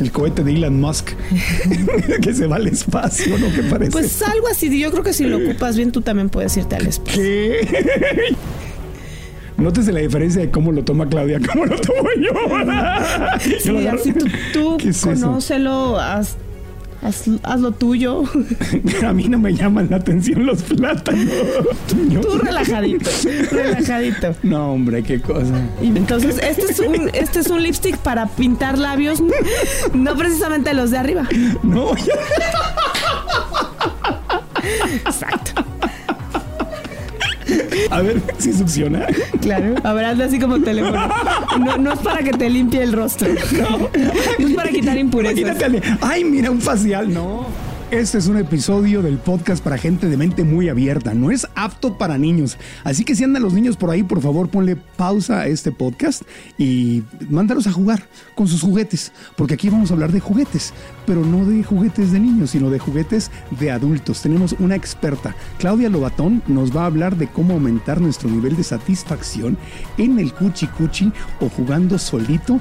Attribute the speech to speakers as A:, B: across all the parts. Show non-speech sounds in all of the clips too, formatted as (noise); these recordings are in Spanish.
A: el cohete de Elon
B: (laughs)
A: Musk que se va al espacio, ¿no? ¿Qué parece?
B: Pues algo así, yo creo que si lo ocupas bien tú también puedes irte al espacio.
A: ¿Qué? Nótese la diferencia de cómo lo toma Claudia, cómo lo tomo yo. Yo lo
B: Sí,
A: agarro-
B: así tú, tú
A: ¿Qué es eso?
B: conócelo, haz, haz- haz lo tuyo. (laughs)
A: A mí no me llaman la atención los plátanos. Yo-
B: Tú relajadito, relajadito.
A: No, hombre, qué cosa.
B: Entonces, este es un, este es un lipstick para pintar labios, no precisamente los de arriba.
A: No, ya.
B: Exacto.
A: A ver si succiona.
B: Claro. A ver, hazle así como teléfono. No, no es para que te limpie el rostro. No. Es para quitar impurezas.
A: Imagínate, Ale, ay, mira, un facial, no. Este es un episodio del podcast para gente de mente muy abierta. No es apto para niños. Así que si andan los niños por ahí, por favor, ponle pausa a este podcast y mándalos a jugar con sus juguetes. Porque aquí vamos a hablar de juguetes, pero no de juguetes de niños, sino de juguetes de adultos. Tenemos una experta, Claudia Lobatón, nos va a hablar de cómo aumentar nuestro nivel de satisfacción en el cuchi cuchi o jugando solito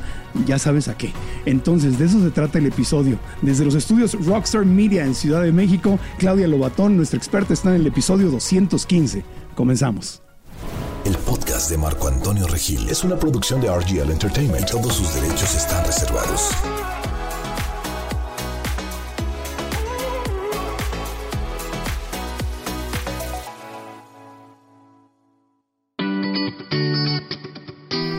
A: ya sabes a qué. Entonces, de eso se trata el episodio. Desde los estudios Rockstar Media en Ciudad de México, Claudia Lobatón, nuestra experta, está en el episodio 215. Comenzamos.
C: El podcast de Marco Antonio Regil es una producción de RGL Entertainment. Todos sus derechos están reservados.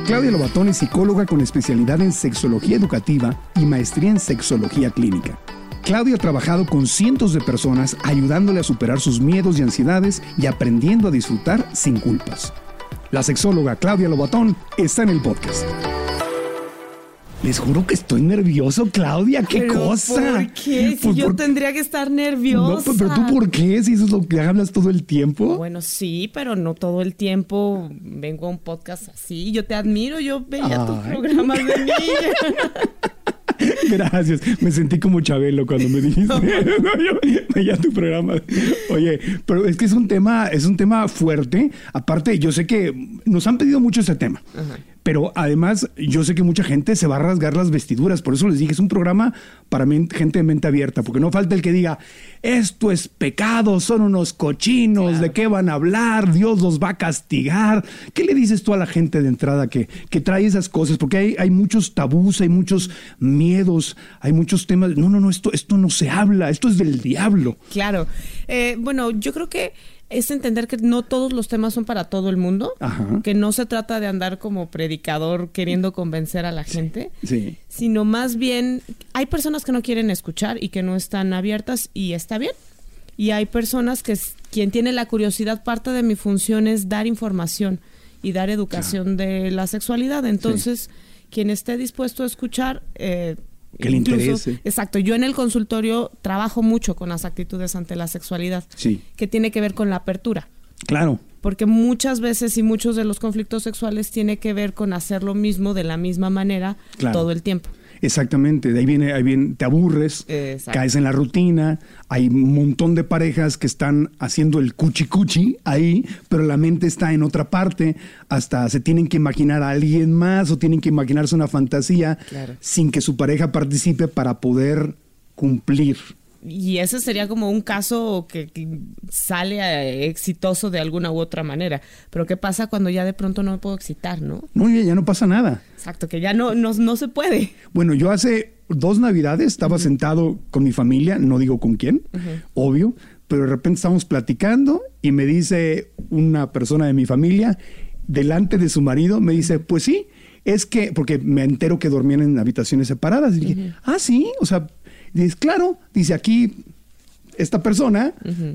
A: Claudia Lobatón es psicóloga con especialidad en sexología educativa y maestría en sexología clínica. Claudia ha trabajado con cientos de personas ayudándole a superar sus miedos y ansiedades y aprendiendo a disfrutar sin culpas. La sexóloga Claudia Lobatón está en el podcast. Les juro que estoy nervioso, Claudia. ¿Qué
B: Pero,
A: cosa?
B: ¿Por qué? Si
A: Pues,
B: yo
A: ¿por-
B: tendría que estar
A: No,
B: nerviosa.
A: pues, pero tú por qué? Si eso es lo que hablas todo el tiempo.
B: Ah, Bueno, sí, pero no todo el tiempo vengo a un podcast así. Yo te admiro, yo veía tus
A: Ay.
B: programas de mí.
A: (laughs) Gracias. Me sentí como Chabelo cuando me dijiste. No, yo veía tu programa. Oye, pero es que es un tema, es un tema fuerte. Aparte, yo sé que nos han pedido mucho este tema. Pero además, yo sé que mucha gente se va a rasgar las vestiduras. Por eso les dije, es un programa para men- gente de mente abierta. Porque no falta el que diga, esto es pecado, son unos cochinos, ¿de qué van a hablar? Dios los va a castigar. ¿Qué le dices tú a la gente de entrada que, que trae esas cosas? Porque hay, hay muchos tabús, hay muchos miedos, hay muchos temas. No, no, no, esto, esto no se habla, esto es del diablo.
B: (laughs) Claro. Eh, bueno, yo creo que es entender que no todos los temas son para todo el mundo,
A: Ajá.
B: que no se trata de andar como predicador queriendo convencer a la gente,
A: Sí.
B: sino más bien hay personas que no quieren escuchar y que no están abiertas y está bien. Y hay personas que s- quien tiene la curiosidad, parte de mi función es dar información y dar educación de la sexualidad. Entonces, quien esté dispuesto a escuchar... eh,
A: Que le
B: incluso-
A: interese.
B: Exacto, yo en el consultorio trabajo mucho con las actitudes ante la sexualidad,
A: Sí.
B: que tiene que ver con la apertura,
A: Claro.
B: porque muchas veces y muchos de los conflictos sexuales tiene que ver con hacer lo mismo de la misma manera
A: Claro.
B: todo el tiempo.
A: Exactamente, de ahí viene, ahí viene, te
B: Eh,
A: aburres,
B: Exacto.
A: caes en la rutina, hay un montón de parejas que están haciendo el cuchi cuchi ahí, pero la mente está en otra parte, hasta se tienen que imaginar a alguien más o tienen que imaginarse una fantasía
B: Claro.
A: sin que su pareja participe para poder cumplir.
B: Y ese sería como un caso que, que sale eh, exitoso de alguna u otra manera. Pero ¿qué pasa cuando ya de pronto no me puedo excitar, no?
A: No, ya, ya no pasa nada.
B: Exacto, que ya no, no, no se puede.
A: Bueno, yo hace dos navidades estaba sentado con mi familia, no digo con quién, obvio, pero de repente estábamos platicando y me dice una persona de mi familia, delante de su marido, me dice, pues sí, es que, porque me entero que dormían en habitaciones separadas. Y dije, ah, sí, o sea, dices, claro, dice aquí, esta persona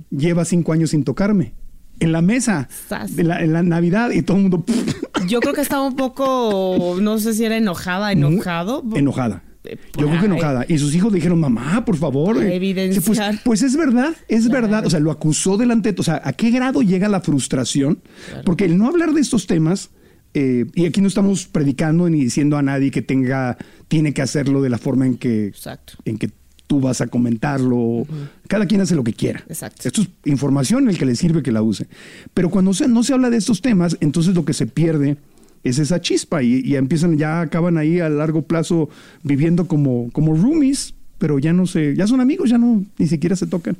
A: lleva cinco años sin tocarme. En la mesa,
B: Sas.
A: de la- en la Navidad, y todo el mundo... (laughs)
B: Yo creo que estaba un poco, no sé si era enojada,
A: Muy
B: enojado.
A: Enojada.
B: Eh,
A: Yo creo que enojada. Y sus hijos le dijeron, mamá, por favor. eh". Sí,
B: Evidenciar.
A: Pues, pues es verdad, es verdad. O sea, lo acusó delante. de to- O sea, ¿a qué grado llega la frustración? Porque el no hablar de estos temas, eh, y aquí no estamos predicando ni diciendo a nadie que tenga, tiene que hacerlo de la forma en que,
B: Exacto.
A: en que tú vas a comentarlo. Cada quien hace lo que quiera.
B: Exacto.
A: Esto es información el que le sirve que la use. Pero cuando se- no se habla de estos temas, entonces lo que se pierde es esa chispa y, y empiezan, ya acaban ahí a largo plazo viviendo como, como roomies, pero ya no se, ya son amigos, ya no, ni siquiera se tocan.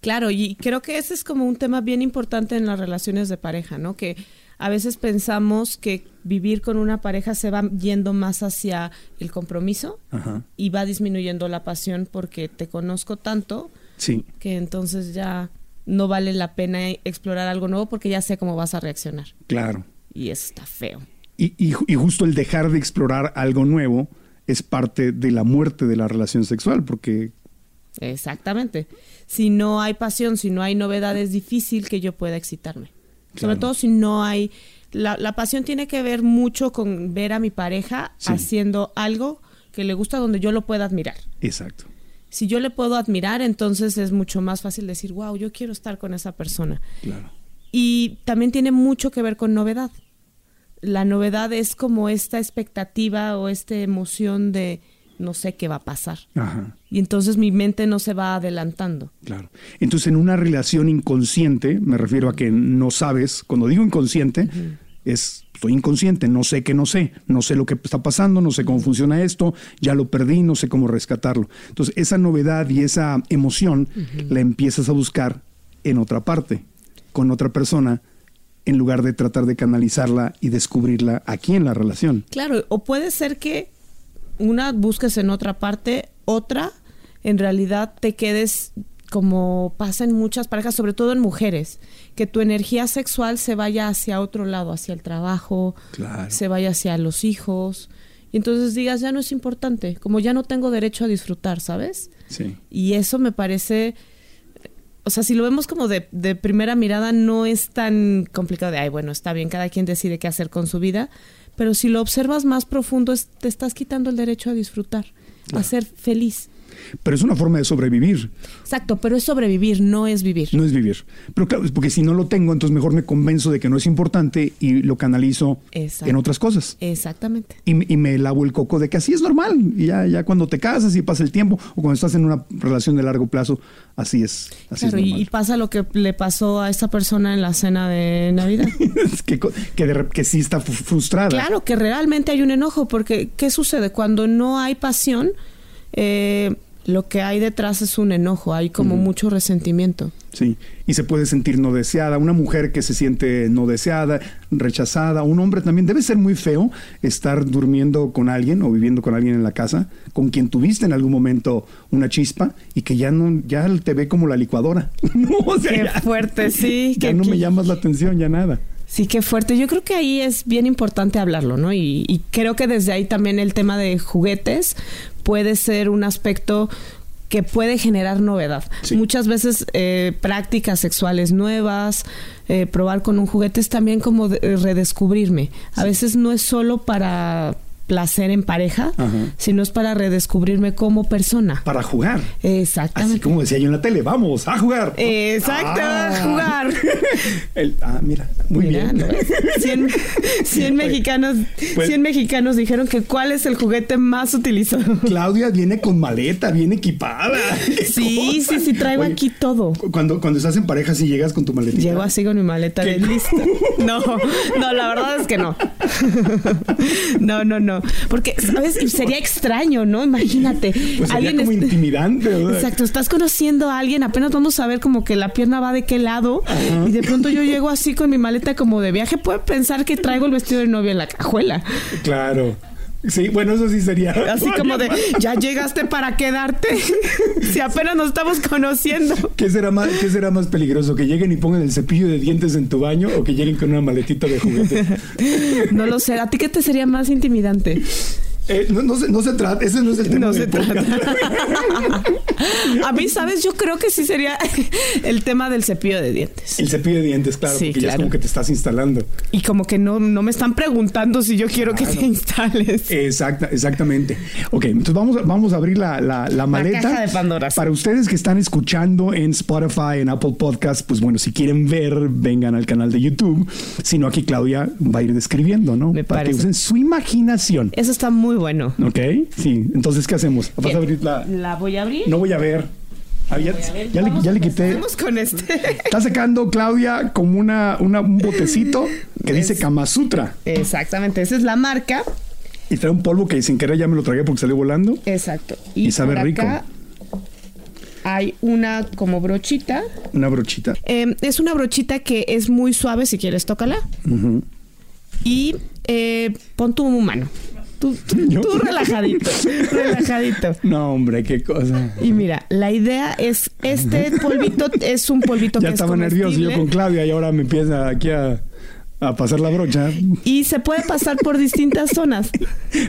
B: Claro, y creo que ese es como un tema bien importante en las relaciones de pareja, ¿no? Que a veces pensamos que vivir con una pareja se va yendo más hacia el compromiso
A: Ajá.
B: y va disminuyendo la pasión porque te conozco tanto
A: Sí.
B: que entonces ya no vale la pena explorar algo nuevo porque ya sé cómo vas a reaccionar.
A: Claro.
B: Y eso está feo.
A: Y, y- y justo el dejar de explorar algo nuevo es parte de la muerte de la relación sexual, porque
B: Exactamente. Si no hay pasión, si no hay novedad, es difícil que yo pueda excitarme.
A: Claro.
B: Sobre todo si no hay... La, la pasión tiene que ver mucho con ver a mi pareja
A: Sí.
B: haciendo algo que le gusta donde yo lo pueda admirar.
A: exacto.
B: Si yo le puedo admirar, entonces es mucho más fácil decir, wow, yo quiero estar con esa persona.
A: Claro.
B: Y también tiene mucho que ver con novedad. La novedad es como esta expectativa o esta emoción de no sé qué va a pasar.
A: Ajá.
B: Y entonces mi mente no se va adelantando.
A: Claro. Entonces, en una relación inconsciente, me refiero a que no sabes, cuando digo inconsciente, es estoy inconsciente, no sé que no sé, no sé lo que está pasando, no sé cómo funciona esto, ya lo perdí, no sé cómo rescatarlo. Entonces, esa novedad y esa emoción la empiezas a buscar en otra parte, con otra persona, en lugar de tratar de canalizarla y descubrirla aquí en la relación.
B: Claro, o puede ser que una busques en otra parte, otra en realidad te quedes como pasa en muchas parejas, sobre todo en mujeres, que tu energía sexual se vaya hacia otro lado, hacia el trabajo,
A: Claro.
B: se vaya hacia los hijos, y entonces digas, ya no es importante, como ya no tengo derecho a disfrutar, ¿sabes?
A: Sí.
B: Y eso me parece, o sea, si lo vemos como de, de primera mirada, no es tan complicado de, ay, bueno, está bien, cada quien decide qué hacer con su vida, pero si lo observas más profundo, es- te estás quitando el derecho a disfrutar, a ser feliz.
A: Pero es una forma de sobrevivir.
B: Exacto, pero es sobrevivir, no es vivir.
A: No es vivir. Pero claro, es porque si no lo tengo, entonces mejor me convenzo de que no es importante y lo canalizo
B: Exacto.
A: en otras cosas.
B: Exactamente.
A: Y, y me lavo el coco de que así es normal. Y ya, ya cuando te casas y pasa el tiempo, o cuando estás en una relación de largo plazo, así es. Así
B: Claro,
A: es
B: y,
A: normal.
B: y pasa lo que le pasó a esta persona en la cena de Navidad.
A: (laughs) Es que, co- que, de rep- que sí está fu- frustrada.
B: Claro, que realmente hay un enojo, porque ¿qué sucede? Cuando no hay pasión, eh, lo que hay detrás es un enojo, hay como mucho resentimiento.
A: Sí. Y se puede sentir no deseada. Una mujer que se siente no deseada, rechazada. Un hombre también debe ser muy feo estar durmiendo con alguien o viviendo con alguien en la casa, con quien tuviste en algún momento una chispa y que ya no, ya te ve como la licuadora. (laughs) No, o sea,
B: Qué
A: ya-
B: fuerte, sí,
A: (laughs) Ya
B: qué-
A: no me
B: qué-
A: llamas la atención, ya nada.
B: Sí, qué fuerte. Yo creo que ahí es bien importante hablarlo, ¿no? Y, y creo que desde ahí también el tema de juguetes puede ser un aspecto que puede generar novedad.
A: Sí.
B: Muchas veces eh, prácticas sexuales nuevas, eh, probar con un juguete es también como de- eh, redescubrirme. A veces no es solo para placer en pareja,
A: Ajá.
B: sino es para redescubrirme como persona.
A: Para jugar. Así
B: Exactamente.
A: como decía yo en la tele, vamos a jugar.
B: Exacto,
A: Ah.
B: jugar.
A: (laughs) El- ah, mira, muy
B: Mira,
A: bien. (laughs)
B: ¿no ves? 100, 100 mexicanos,
A: Pues-
B: 100 mexicanos dijeron que cuál es el juguete más utilizado.
A: Claudia viene con maleta, bien equipada. Qué
B: (laughs) Sí,
A: cosa.
B: sí, sí, traigo
A: Oye,
B: aquí todo.
A: cu- Cuando, cuando estás en pareja, si llegas con tu maletita.
B: Llego así con mi maleta de
A: ¿Qué?
B: listo. (laughs) No, no, la verdad es que no. (laughs) No, no, no. Porque, ¿sabes? Y Sería extraño, ¿no? Imagínate.
A: Pues sería
B: alguien
A: como
B: es-
A: intimidante, ¿verdad?
B: Exacto, estás conociendo a alguien, apenas vamos a ver como que la pierna va de qué lado y de pronto yo llego así con mi maleta como de viaje, puede pensar que traigo el vestido de novia en la cajuela.
A: Claro. Sí, bueno, eso sí sería.
B: (laughs) Así como de, ya llegaste para quedarte. (laughs) si apenas nos estamos conociendo.
A: (laughs) ¿Qué será, más, ¿Qué será más peligroso? ¿Que lleguen y pongan el cepillo de dientes en tu baño o que lleguen con una maletita de juguete?
B: (laughs) No lo sé. ¿A ti qué te sería más intimidante?
A: Eh, no, no se, no se trata, ese no es el tema.
B: No
A: del
B: se trata.
A: podcast. (laughs)
B: A mí, ¿sabes? Yo creo que sí sería (laughs) el tema del cepillo de dientes.
A: El cepillo de dientes, claro,
B: Sí,
A: porque ya es
B: claro.
A: como que te estás instalando.
B: Y como que no, no me están preguntando si yo quiero que te instales.
A: Eh. Exacta, exactamente. Ok, entonces vamos, a- vamos a abrir la, la- la maleta.
B: caja de Pandora.
A: Para ustedes que están escuchando en Spotify, en Apple Podcast, pues bueno, si quieren ver, vengan al canal de YouTube. Si no, aquí Claudia va a ir describiendo, ¿no?
B: Me
A: Para que
B: parece.
A: usen su imaginación.
B: Eso está muy bueno.
A: Ok, sí. Entonces, ¿qué hacemos? ¿Vas a
B: Bien.
A: abrir la.?
B: ¿La voy a abrir?
A: No voy a ver. Ah, ya, ya le, ya le quité.
B: Vamos con este.
A: Está sacando Claudia como una, una- un botecito
B: (laughs)
A: que dice Kama Sutra.
B: Exactamente, esa es la marca.
A: Y trae un polvo que sin querer ya me lo tragué porque salió volando.
B: Exacto.
A: Y sabe
B: por
A: rico.
B: acá Hay una como brochita.
A: Una brochita.
B: Eh, es una brochita que es muy suave, si quieres, tócala. Y eh, pon tu mano. Tú, tú-
A: (laughs) ¿Yo? (laughs)
B: tú relajadito, relajadito.
A: No, hombre, qué
B: (laughs)
A: cosa.
B: Y mira, la idea es, este polvito es un polvito
A: Ya
B: que es
A: estaba nervioso yo
B: comestible
A: con Claudia y ahora me empieza aquí a, a pasar la brocha.
B: (laughs) Y se puede pasar por distintas zonas.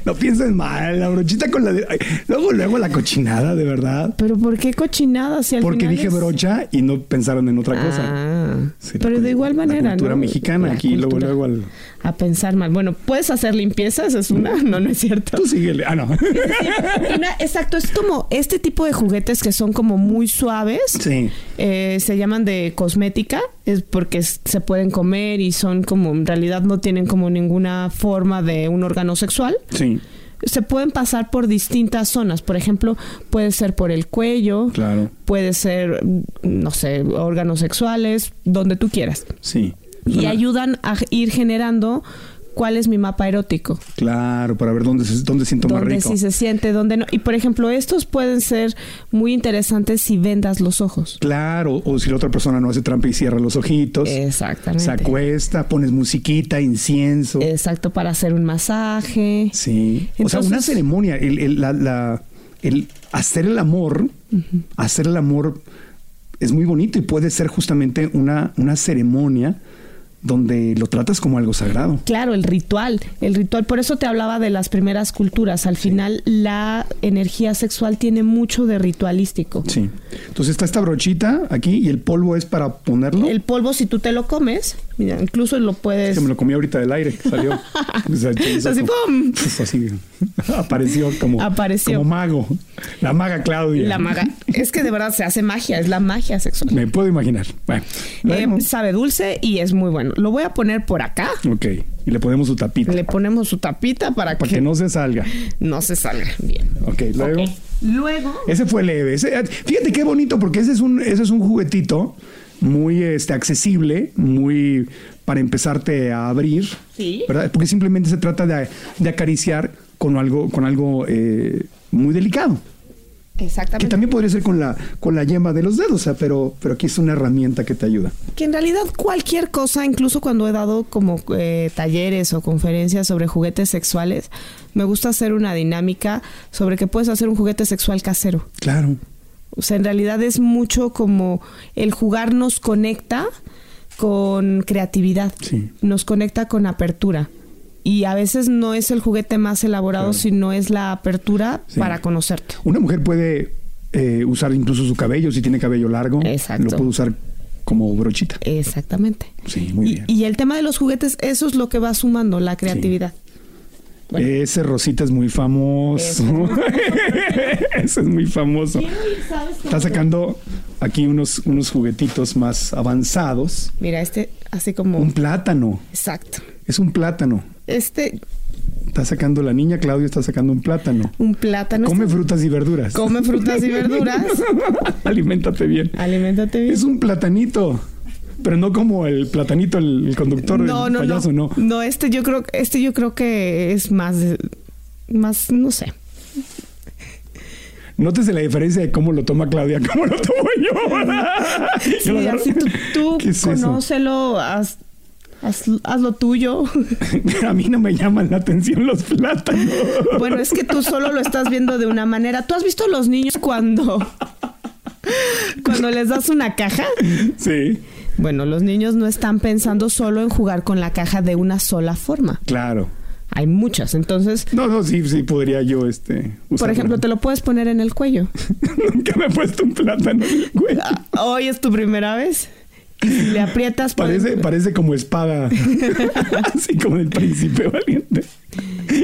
A: No pienses mal, la brochita con la... de- ay, Luego, luego la cochinada, de verdad.
B: Pero ¿por qué cochinada? Si al
A: Porque
B: final
A: dije
B: es-
A: brocha y no pensaron en otra cosa.
B: Ah,
A: Sí, la
B: pero
A: cul-
B: de igual manera.
A: La cultura
B: ¿no?
A: mexicana,
B: La
A: aquí
B: cultura.
A: luego, luego al...
B: A pensar mal. Bueno, puedes hacer limpiezas, es una. No, no es cierto.
A: Tú síguele.
B: (laughs)
A: Ah, no.
B: Una- exacto, es como este tipo de juguetes que son como muy suaves.
A: sí.
B: Eh, se llaman de cosmética, es porque s- se pueden comer y son como, en realidad no tienen como ninguna forma de un órgano sexual.
A: Sí,
B: Se pueden pasar por distintas zonas, por ejemplo, puede ser por el cuello,
A: claro.
B: puede ser, mm, no sé, órganos sexuales, donde tú quieras.
A: Sí.
B: Y
A: Una-
B: ayudan a g- ir generando cuál es mi mapa erótico.
A: Claro, para ver dónde, se- dónde siento más
B: Dónde
A: rico.
B: sí se siente, dónde no. Y por ejemplo, estos pueden ser muy interesantes si vendas los ojos.
A: Claro, o si la otra persona no hace trampa y cierra los ojitos,
B: Exactamente. Eh,
A: se acuesta, pones musiquita, incienso.
B: Exacto, para hacer un masaje.
A: Sí. o sea,
B: Entonces-
A: una ceremonia, el, el- la- la- el hacer el amor, hacer el amor es muy bonito y puede ser justamente una, una ceremonia donde lo tratas como algo sagrado.
B: Claro, el ritual, el ritual. Por eso te hablaba de las primeras culturas. Al final, la energía sexual tiene mucho de ritualístico.
A: Sí. Entonces está esta brochita aquí y el polvo es para ponerlo.
B: El polvo, si tú te lo comes, mira, incluso lo puedes.
A: Que me lo comí ahorita del aire,
B: (laughs)
A: salió. O sea, que hizo
B: Así,
A: como-
B: ¡pum!
A: Pues así, (laughs) apareció como,
B: Apareció.
A: como mago. La maga Claudia.
B: La maga.
A: (laughs)
B: Es que de verdad se hace magia, es la magia sexual.
A: Me puedo imaginar. Bueno,
B: Eh,
A: bueno,
B: sabe dulce y es muy bueno. Lo voy a poner por acá.
A: ok. Y le ponemos su tapita
B: Le ponemos su tapita para
A: para que
B: que
A: no se salga.
B: no se salga bien.
A: Ok, luego.
B: Ok. Luego.
A: Ese fue leve. Ese- ah, fíjate qué bonito, porque ese es un, ese es un juguetito muy este, accesible, muy para empezarte a abrir.
B: Sí.
A: ¿verdad? Porque simplemente se trata de, de acariciar con algo, con algo eh, muy delicado. Que
B: Exactamente.
A: también podría ser con la, con la yema de los dedos, o sea, pero, pero aquí es una herramienta que te ayuda.
B: Que en realidad cualquier cosa, incluso cuando he dado como eh, talleres o conferencias sobre juguetes sexuales, me gusta hacer una dinámica sobre que puedes hacer un juguete sexual casero.
A: Claro.
B: O sea, en realidad es mucho como el jugar nos conecta con creatividad,
A: Sí.
B: nos conecta con apertura. Y a veces no es el juguete más elaborado,
A: Claro.
B: sino es la apertura
A: Sí.
B: para conocerte.
A: Una mujer puede eh, usar incluso su cabello, si tiene cabello largo,
B: Exacto.
A: lo puede usar como brochita.
B: Exactamente.
A: Sí, muy
B: y,
A: bien.
B: y el tema de los juguetes, eso es lo que va sumando la creatividad. Bueno.
A: Ese Rosita es muy famoso. (laughs) Ese es muy famoso. Está sacando aquí unos, unos juguetitos más avanzados.
B: Mira, este así como...
A: Un plátano.
B: Exacto.
A: Es un plátano.
B: Este,
A: Está sacando la niña, Claudia está sacando un plátano.
B: un plátano.
A: Come
B: Este-
A: frutas y verduras.
B: Come frutas y verduras.
A: (laughs) Aliméntate bien.
B: Aliméntate bien.
A: Es un platanito. Pero no como el platanito, el, el conductor,
B: No,
A: el
B: no,
A: payaso,
B: no.
A: no.
B: No, este yo creo, este yo creo que es más, más, no sé.
A: Nótese la diferencia de cómo lo toma Claudia, (laughs) cómo lo tomo yo. Yo lo
B: Sí,
A: agarro.
B: así tú, tú
A: ¿Qué es eso?
B: conócelo, haz, haz- haz
A: (laughs)
B: lo tuyo.
A: A mí no me llaman la atención los
B: (laughs)
A: plátanos.
B: Bueno, es que tú solo lo estás viendo de una manera. ¿Tú has visto a los niños cuando, cuando les das una caja?
A: Sí,
B: Bueno, los niños no están pensando solo en jugar con la caja de una sola forma.
A: claro.
B: Hay muchas. Entonces,
A: No, no, sí, sí podría yo, este.
B: por
A: usar
B: ejemplo, te lo puedes poner en el
A: (laughs)
B: cuello.
A: una- (laughs) Nunca me he puesto un plátano en el cuello.
B: Ah, Hoy es tu primera vez. Y si le aprietas, pues, puede-
A: Parece, parece como
B: (laughs)
A: espada. Así como el príncipe valiente.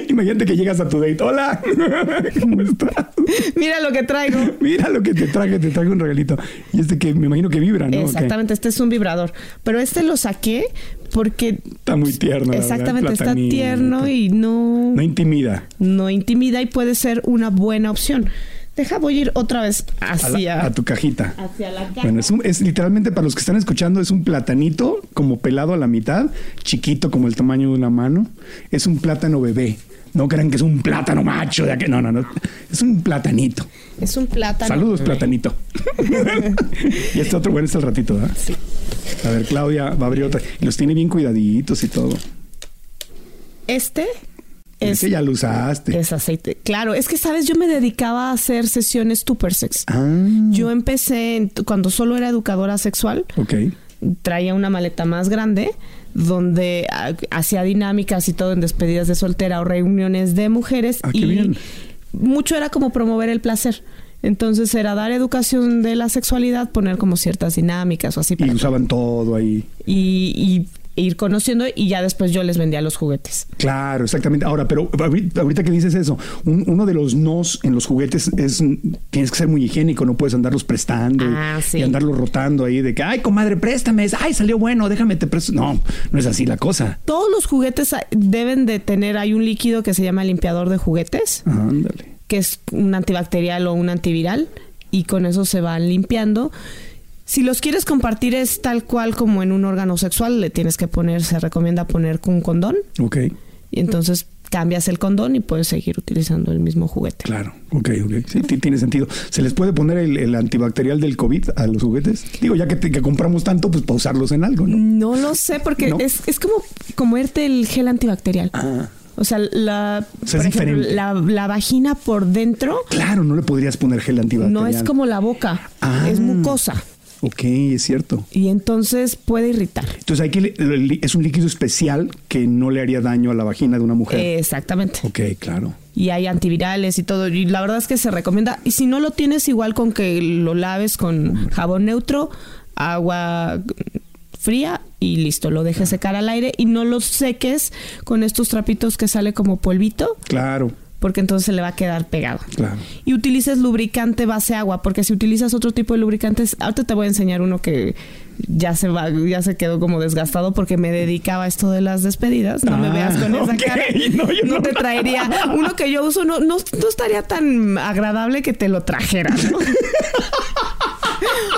A: Imagínate que llegas a tu date. Hola, (laughs) ¿cómo estás?
B: mira lo
A: (laughs)
B: que traigo.
A: Mira lo que te traje, te traje un regalito. Y este que me imagino que vibra, ¿no? Ok.
B: Exactamente, este es un vibrador. Pero este lo saqué porque
A: Está muy tierno. la verdad,
B: exactamente está
A: platanito.
B: tierno y no,
A: No intimida.
B: no intimida y puede ser una buena opción. Deja, voy a ir otra vez
A: A, la-
B: hacia,
A: a tu cajita.
B: hacia la caja.
A: Bueno, es, un- es literalmente para los que están escuchando, es un platanito como pelado a la mitad, chiquito como el tamaño de una mano. Es un plátano bebé. No crean que es un plátano macho de aquel. No, no, no. Es un platanito.
B: es un plátano.
A: Saludos, platanito. (laughs) y este otro bueno es al ratito, ¿verdad? Sí. A ver, Claudia va a abrir otra. Y los tiene bien cuidaditos y todo.
B: Este
A: Es
B: es,
A: que ya lo usaste.
B: es aceite. Claro, es que sabes, yo me dedicaba a hacer sesiones Tupersex.
A: Ah,
B: Yo empecé en- cuando solo era educadora sexual.
A: ok.
B: traía una maleta más grande donde ah, hacía dinámicas y todo en despedidas de soltera o reuniones de mujeres
A: Ah, qué
B: y
A: bien.
B: mucho era como promover el placer. Entonces era dar educación de la sexualidad, poner como ciertas dinámicas o así
A: Y
B: para-
A: usaban todo ahí.
B: y, y- e ir conociendo y ya después yo les vendía los juguetes.
A: Claro, exactamente. Ahora, pero ahori- ahorita que dices eso, un- uno de los nos en los juguetes es mm, tienes que ser muy higiénico, no puedes andarlos prestando y-
B: Ah, sí.
A: y andarlos rotando ahí de que, ay, comadre, préstame, es- ay, salió bueno, déjame te presto. No, no es así la cosa.
B: Todos los juguetes ah, deben de tener, hay un líquido que se llama limpiador de juguetes.
A: Ándale.
B: que es un antibacterial o un antiviral y con eso se van limpiando. Si los quieres compartir es tal cual como en un órgano sexual, le tienes que poner, se recomienda poner un condón
A: Ok,
B: y entonces cambias el condón y puedes seguir utilizando el mismo juguete.
A: claro. Ok, ok. Sí, ti- tiene sentido. ¿Se les puede poner el, el antibacterial del COVID a los juguetes? Digo, ya que, te- que compramos tanto, pues para usarlos en algo, ¿no?
B: No lo sé porque
A: No.
B: es, es como comerte el gel antibacterial.
A: Ah.
B: O sea, la,
A: O sea,
B: por
A: es
B: ejemplo,
A: diferente.
B: la, la vagina por dentro
A: Claro, no le podrías poner gel antibacterial.
B: no es como la boca,
A: Ah.
B: es mucosa
A: Ok, es cierto.
B: y entonces puede irritar.
A: Entonces hay que li- li- es un líquido especial que no le haría daño a la vagina de una mujer.
B: Eh. Exactamente.
A: Ok, claro.
B: y hay antivirales y todo. Y la verdad es que se recomienda. Y si no lo tienes, igual con que lo laves con jabón neutro, agua fría y listo, lo
A: Ah.
B: dejes secar al aire y no lo seques con estos trapitos que sale como polvito,
A: Claro,
B: porque entonces se le va a quedar pegado.
A: claro.
B: Y utilices lubricante base agua, porque si utilizas otro tipo de lubricantes, ahorita te voy a enseñar uno que ya se va, ya se quedó como desgastado porque me dedicaba a esto de las despedidas. No me
A: Ah,
B: veas con esa
A: ok. (laughs)
B: cara.
A: No,
B: No,
A: yo no.
B: te traería. Uno que yo uso no, no, no estaría tan agradable que te lo trajera. ¿no? (laughs)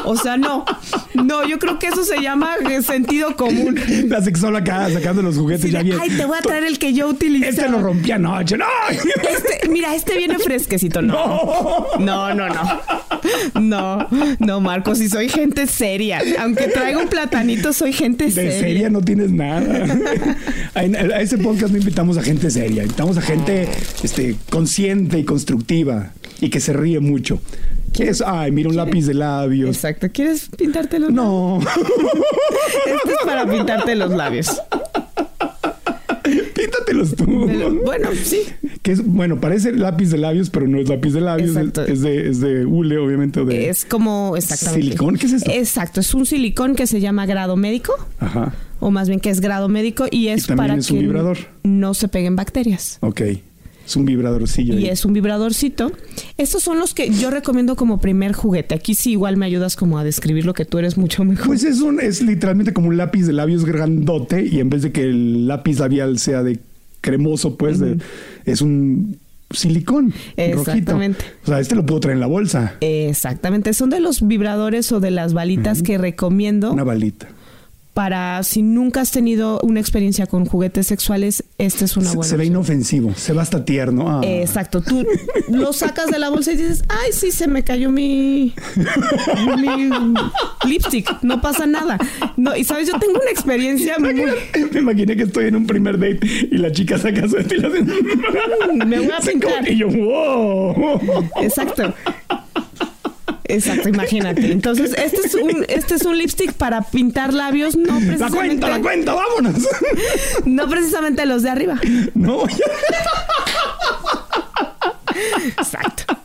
B: O sea, no. No, yo creo que eso se llama eh, sentido común.
A: (laughs) La sexola acá sacando los juguetes
B: Sí,
A: ya bien.
B: Ay, te voy a traer el que yo utilicé.
A: Este lo rompí anoche. (laughs) ¡No!
B: Este, mira, este viene fresquecito, no.
A: (laughs)
B: No, no, no. No, no, Marco, si soy gente seria. Aunque traigo un platanito, soy gente
A: De
B: seria.
A: seria no tienes nada.
B: (laughs)
A: A a ese podcast no invitamos a gente seria, invitamos a gente
B: Ah.
A: este, consciente y constructiva y que se ríe mucho. ¿Qué es? Ay, mira un lápiz de labios.
B: Exacto. ¿Quieres pintarte los labios?
A: No, (laughs)
B: Este es para pintarte los labios.
A: píntatelos tú.
B: Pero, bueno, sí.
A: Que es, bueno, parece lápiz de labios, pero no es lápiz de labios. Es,
B: Exacto.
A: es de, es de hule, obviamente. o de,
B: Es como exactamente.
A: ¿Silicón? ¿Qué es esto?
B: Exacto. Es un silicón que se llama grado médico,
A: Ajá.
B: o más bien que es grado médico, y es
A: también
B: para
A: es un
B: que
A: vibrador.
B: no se peguen bacterias.
A: Ok. Es un vibradorcillo.
B: Y
A: ahí.
B: es un vibradorcito. Estos son los que yo recomiendo como primer juguete. Aquí sí igual me ayudas como a describir lo que tú eres mucho mejor.
A: Pues es un, es literalmente como un lápiz de labios grandote y en vez de que el lápiz labial sea de cremoso, pues de- es un silicón.
B: Exactamente.
A: Rojito. O sea, este lo puedo traer en la bolsa.
B: Exactamente, son de los vibradores o de las balitas que recomiendo
A: Una balita.
B: para si nunca has tenido una experiencia con juguetes sexuales, esta es una
A: Se,
B: buena.
A: se ve
B: opción.
A: inofensivo, se va hasta tierno. Ah.
B: Exacto, tú lo sacas de la bolsa y dices, ay, sí, se me cayó mi, mi lipstick, no pasa nada. No, y sabes, yo tengo una
A: (laughs)
B: experiencia muy...
A: (laughs) Me imaginé que estoy en un primer date y la chica saca su estilo hace...
B: Me voy
A: (laughs)
B: a
A: Se como-
B: pintar.
A: Y yo, wow.
B: Exacto. Exacto, imagínate. Entonces, este es un, este es un lipstick para pintar labios, no
A: La
B: precisamente,
A: cuenta, la cuenta, vámonos. (laughs)
B: no precisamente los de arriba.
A: No, ya.
B: Exacto.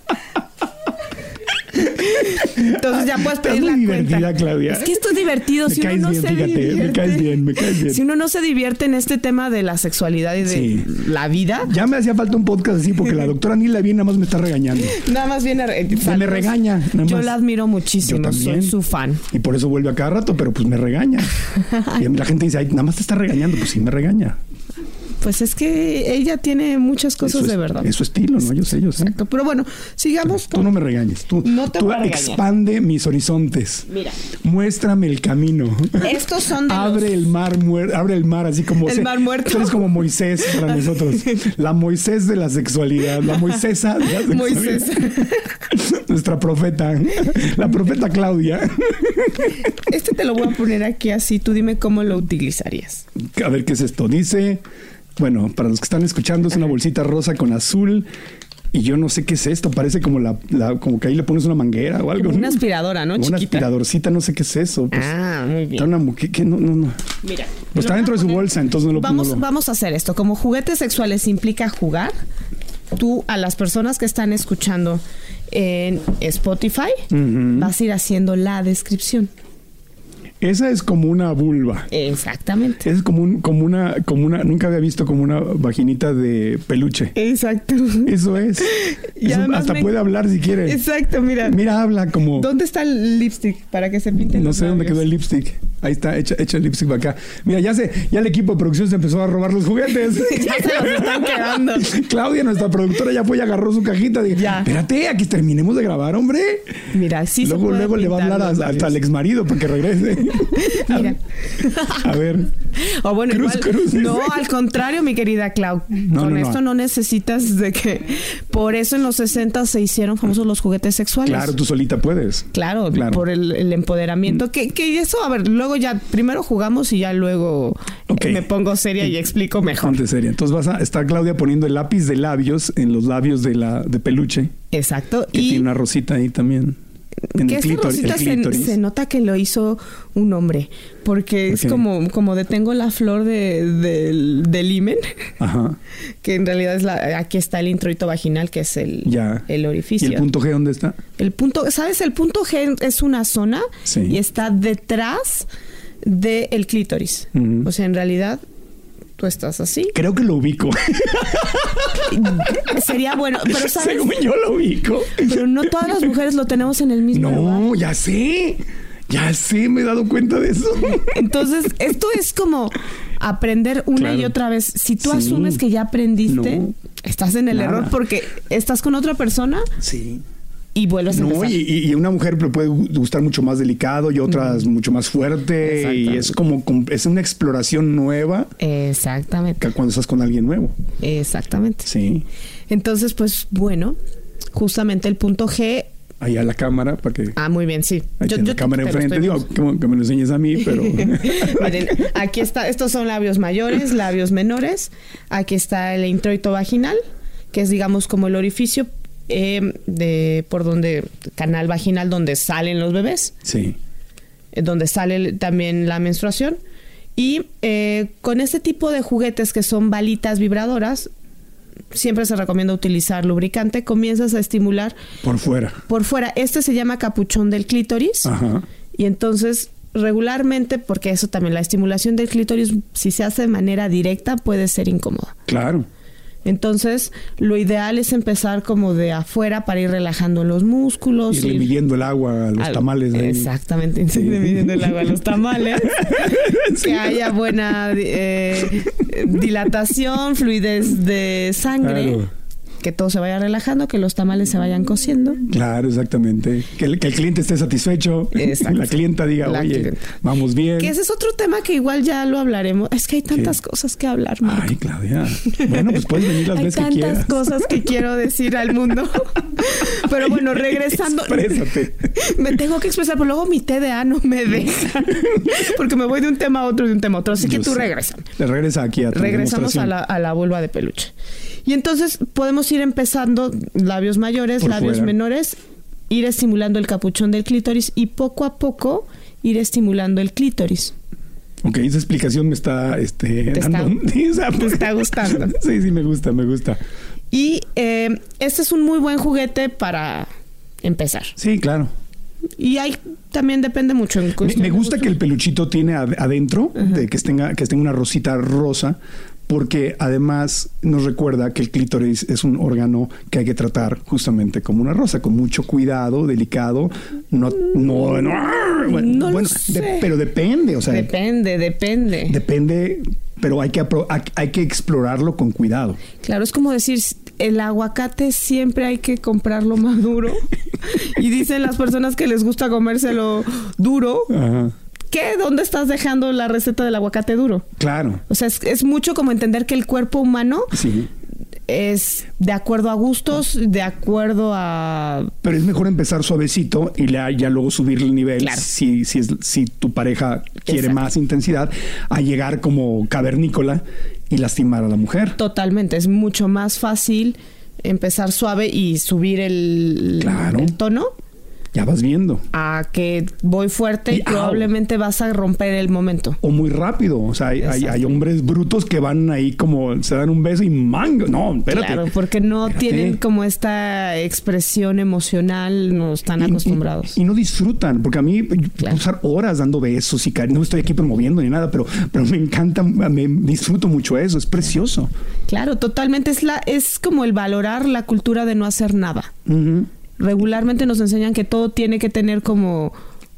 B: Entonces ya puedes
A: Estás
B: pedir
A: muy
B: la
A: divertida,
B: cuenta.
A: Claudia.
B: Es que esto es divertido.
A: Me
B: si uno
A: caes
B: no
A: bien,
B: se
A: fíjate, me
B: divierte,
A: caes bien, me caes bien.
B: Si uno no se divierte en este tema de la sexualidad y de
A: Sí.
B: la vida,
A: Ya me hacía falta un podcast así porque
B: (laughs)
A: la doctora Nila bien nada más me está regañando.
B: nada más viene. a re-
A: Se me regaña. nada
B: Yo
A: más.
B: la admiro muchísimo.
A: Yo también.
B: Soy su fan.
A: Y por eso vuelve a
B: (laughs)
A: cada rato, pero pues me regaña. Y a mí la gente dice, ay, nada más te está regañando. Pues sí, me regaña.
B: Pues es que ella tiene muchas cosas
A: Eso es-
B: Pues de verdad.
A: Es su estilo, ¿no? Yo sé, yo sé.
B: Exacto. Pero bueno, sigamos
A: Tú
B: con.
A: no me regañes. Tú,
B: No te
A: tú
B: voy a regañar.
A: expande mis horizontes.
B: Mira,
A: Muéstrame el camino.
B: estos son de.
A: Abre el mar, muer- abre el mar así como
B: El mar muerto.
A: Tú eres como Moisés para
B: (laughs)
A: nosotros. La Moisés de la sexualidad, la Moisesa de la
B: los-
A: sexualidad.
B: Moisés.
A: (laughs) Nuestra profeta, la profeta Claudia.
B: Este te lo voy a poner aquí así. Tú dime cómo lo utilizarías.
A: A ver qué es esto. Dice, bueno, para los que están escuchando, es una bolsita rosa con azul. Y yo no sé qué es esto, parece como la, la- como que ahí le pones una manguera o algo.
B: Como una
A: ¿no?
B: aspiradora, ¿no?
A: Como una
B: Chiquita.
A: aspiradorcita, no sé qué es eso. pues.
B: Ah, muy
A: Está
B: bien.
A: una muque- que no, no, no.
B: Mira.
A: Pues está
B: lo
A: dentro de
B: voy a
A: su
B: poner-
A: bolsa, entonces no lo
B: Vamos,
A: no lo-
B: vamos a hacer esto. Como juguetes sexuales implica jugar, tú a las personas que están escuchando en Spotify
A: Ujú.
B: vas a ir haciendo la descripción.
A: Esa es como una vulva.
B: Exactamente.
A: Es como, un, como una, como una, nunca había visto como una vaginita de peluche.
B: Exacto.
A: Eso es.
B: Y
A: Eso-
B: además
A: hasta
B: me-
A: puede hablar si quiere.
B: (laughs) Exacto, mira.
A: Mira, habla como.
B: ¿Dónde está el lipstick para que se pinte?
A: No
B: los
A: sé dónde
B: labios?
A: quedó el lipstick. Ahí está, echa, echa el lipstick para acá. Mira, ya se, ya el equipo de producción se empezó a robar los juguetes.
B: (laughs) Ya se los están quedando.
A: (laughs) Claudia, nuestra productora, ya fue y agarró su cajita. Dije,
B: Ya.
A: espérate, aquí terminemos de grabar, hombre.
B: Mira, sí se
A: luego
B: puede
A: luego le va a
B: pintar
A: hablar a-
B: los labios.
A: hasta al ex marido para que regrese.
B: (laughs)
A: (laughs)
B: Mira.
A: A ver.
B: O bueno,
A: Cruz,
B: igual-
A: cruz.
B: no, al contrario, mi querida Clau.
A: No,
B: con
A: no, no.
B: esto no. necesitas de que. Por eso en los 60 se hicieron famosos los juguetes sexuales.
A: Claro, tú solita puedes.
B: Claro,
A: Claro. Mm.
B: por el, el empoderamiento. Que, que eso, a ver, luego ya, primero jugamos y ya luego eh,
A: Ok.
B: me pongo seria y explico mejor.
A: Ponte seria. Entonces vas a estar Claudia poniendo el lápiz de labios en los labios de la de peluche,
B: Exacto.
A: que tiene
B: y
A: una rosita ahí también. En
B: que
A: el
B: esta
A: clítoris. el
B: rosita se,
A: clítoris.
B: se nota que lo hizo un hombre, porque es
A: Ok.
B: como, como detengo la flor de- del, del himen, (laughs)
A: Ajá.
B: que en realidad es la, aquí está el introito vaginal, que es el,
A: Ya.
B: el
A: ¿Y
B: orificio.
A: el punto G dónde está?
B: El punto, ¿sabes? El punto G es una zona
A: Sí.
B: y está detrás del clítoris.
A: Ujú.
B: O sea, en realidad, tú estás así.
A: Creo que lo ubico.
B: Sería
A: (laughs)
B: bueno, pero ¿sabes?
A: Según yo lo ubico.
B: Pero no todas las mujeres lo tenemos en el mismo lugar.
A: No, ya sé. Ya sé, me he dado cuenta de eso.
B: Entonces, esto es como aprender una
A: Claro.
B: y otra vez. Si tú
A: Sí.
B: asumes que ya aprendiste,
A: No.
B: estás en el
A: Nada.
B: error porque estás con otra persona
A: Sí.
B: y vuelves a
A: No,
B: empezar.
A: y, y- y una mujer le puede gu- gustar mucho más delicado y otras
B: Mm.
A: mucho más fuerte. Y
B: Exactamente.
A: es como, com- es una exploración nueva
B: Exactamente,
A: que cuando estás con alguien nuevo.
B: exactamente.
A: Sí.
B: Entonces, pues bueno, justamente el punto G
A: Allá la cámara para que.
B: Ah, muy bien, sí.
A: Ahí tiene la
B: te-
A: cámara
B: te lo
A: enfrente.
B: estoy
A: Digo, que, que me lo enseñes a mí, pero.
B: mostrando. (laughs) Miren, aquí está, estos son labios mayores, labios menores. Aquí está el introito vaginal, que es, digamos, como el orificio eh, de por donde, canal vaginal donde salen los bebés,
A: (laughs) sí.
B: eh, donde sale el- también la menstruación. Y eh, con este tipo de juguetes que son balitas vibradoras, siempre se recomienda utilizar lubricante. Comienzas a estimular
A: Por fuera.
B: por fuera. Este se llama capuchón del clítoris.
A: Ajá.
B: Y entonces, regularmente, porque eso también, la estimulación del clítoris, si se hace de manera directa, puede ser incómoda.
A: Claro.
B: Entonces, lo ideal es empezar como de afuera para ir relajando los músculos.
A: Ir
B: ir-
A: midiendo el agua a los
B: al-
A: tamales. de ahí.
B: Exactamente, (laughs)
A: Sí.
B: irle midiendo el agua a los tamales.
A: (laughs) Sí.
B: que haya buena eh, dilatación, fluidez de sangre.
A: Claro.
B: Que todo se vaya relajando, que los tamales se vayan cociendo.
A: Claro, exactamente. Que el, que el cliente esté satisfecho. (laughs)
B: Exacto.
A: La clienta diga,
B: La
A: oye,
B: clienta.
A: vamos bien.
B: Que ese es otro tema que igual ya lo hablaremos. Es que hay tantas cosas que hablar, Marco.
A: Ay, Claudia. Bueno, pues puedes venir las
B: Hay
A: veces que
B: tantas
A: (laughs) quieras.
B: cosas que quiero decir al
A: (laughs)
B: mundo. Pero bueno, regresando.
A: Exprésate.
B: Me tengo que expresar, pero luego mi TDA no me deja. Porque me voy de un tema a otro, de un tema a otro. Así que
A: Yo
B: tú
A: sé.
B: regresa.
A: Le regresa aquí a tu
B: Regresamos a
A: demostración.
B: la, a la vulva de peluche. Y entonces podemos ir empezando labios mayores,
A: Por
B: labios
A: fuera.
B: menores, ir estimulando el capuchón del clítoris y poco a poco ir estimulando el clítoris.
A: Ok, esa explicación me está este,
B: Te está-
A: dando. (laughs) Sí, o sea,
B: te está gustando.
A: Sí, sí, me gusta, me gusta.
B: Y eh, este es un muy buen juguete para empezar.
A: Sí, claro.
B: Y hay también depende mucho en
A: Me,
B: cuestión
A: me
B: de
A: gusta que el peluchito tiene ad- adentro, de que tenga, que tenga una rosita rosa, porque además nos recuerda que el clítoris es un órgano que hay que tratar justamente como una rosa, con mucho cuidado, delicado. No, no, no.
B: No lo
A: bueno,
B: sé.
A: de- pero depende, o sea,
B: Depende, depende.
A: depende pero hay que, apro- hay- hay que explorarlo con cuidado.
B: Claro, es como decir, el aguacate siempre hay que comprarlo maduro. y dicen las personas que les gusta comérselo duro,
A: Ajá.
B: ¿qué? ¿Dónde estás dejando la receta del aguacate duro?
A: Claro.
B: O sea, es, es mucho como entender que el cuerpo humano
A: Sí.
B: es de acuerdo a gustos, de acuerdo a...
A: Pero es mejor empezar suavecito y la- ya luego subir el nivel
B: Claro.
A: si, si, es- si tu pareja quiere
B: Exacto.
A: más intensidad a llegar como cavernícola y lastimar a la mujer.
B: Totalmente, es mucho más fácil empezar suave y subir el,
A: Claro.
B: el tono
A: Ya vas viendo.
B: a que voy fuerte y,
A: Y au.
B: probablemente vas a romper el momento.
A: O muy rápido. O sea, hay, hay-
B: Exacto.
A: hay hombres brutos que van ahí como se dan un beso y mango. No, espérate.
B: Claro, porque no
A: Espérate.
B: tienen como esta expresión emocional, no están
A: Y- y-
B: acostumbrados.
A: Y, no disfrutan, porque a mí yo puedo
B: Claro.
A: usar horas dando besos y cari- no estoy aquí promoviendo ni nada, pero, pero me encanta, me disfruto mucho eso, es precioso.
B: Claro, totalmente es la es como el valorar la cultura de no hacer nada.
A: Ujú.
B: regularmente nos enseñan que todo tiene que tener como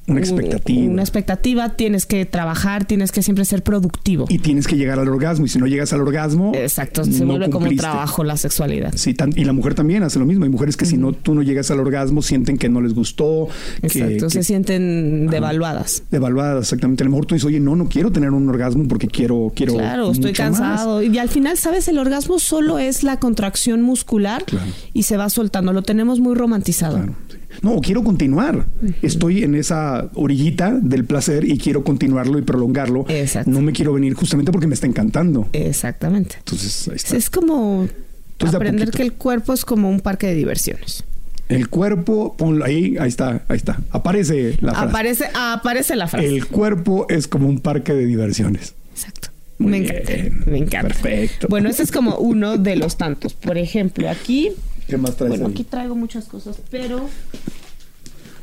A: Una
B: un-
A: expectativa.
B: Una expectativa, tienes que trabajar, tienes que siempre ser productivo.
A: Y tienes que llegar al orgasmo, y si no llegas al orgasmo,
B: Exacto, se
A: no
B: vuelve como un
A: cumpliste.
B: trabajo la sexualidad.
A: Sí, tan- y la mujer también hace lo mismo. Hay mujeres que si no tú no llegas al orgasmo sienten que no les gustó, que-
B: Exacto,
A: que,
B: se sienten
A: Ah,
B: devaluadas.
A: devaluadas exactamente. A lo mejor tú dices, oye, no, no quiero tener un orgasmo porque quiero, quiero.
B: Claro, estoy
A: mucho más".
B: cansado. Y al final, ¿sabes? El orgasmo solo es la contracción muscular
A: Claro.
B: y se va soltando. Lo tenemos muy romantizado.
A: Claro, sí. No, quiero continuar. Estoy en esa orillita del placer y quiero continuarlo y prolongarlo.
B: Exacto.
A: No me quiero venir justamente porque me está encantando.
B: Exactamente.
A: Entonces, ahí está.
B: Es como
A: Entonces, Pues de a
B: aprender
A: poquito.
B: que el cuerpo es como un parque de diversiones.
A: El cuerpo, ponlo ahí, ahí está, ahí está. Aparece la frase.
B: Aparece, aparece la frase.
A: El cuerpo es como un parque de diversiones.
B: Exacto.
A: Muy
B: me
A: bien.
B: encanta. Me encanta.
A: Perfecto.
B: Bueno, ese es como uno de los tantos. Por ejemplo, aquí.
A: ¿Qué más traes
B: Bueno,
A: ahí?
B: aquí traigo muchas cosas, pero.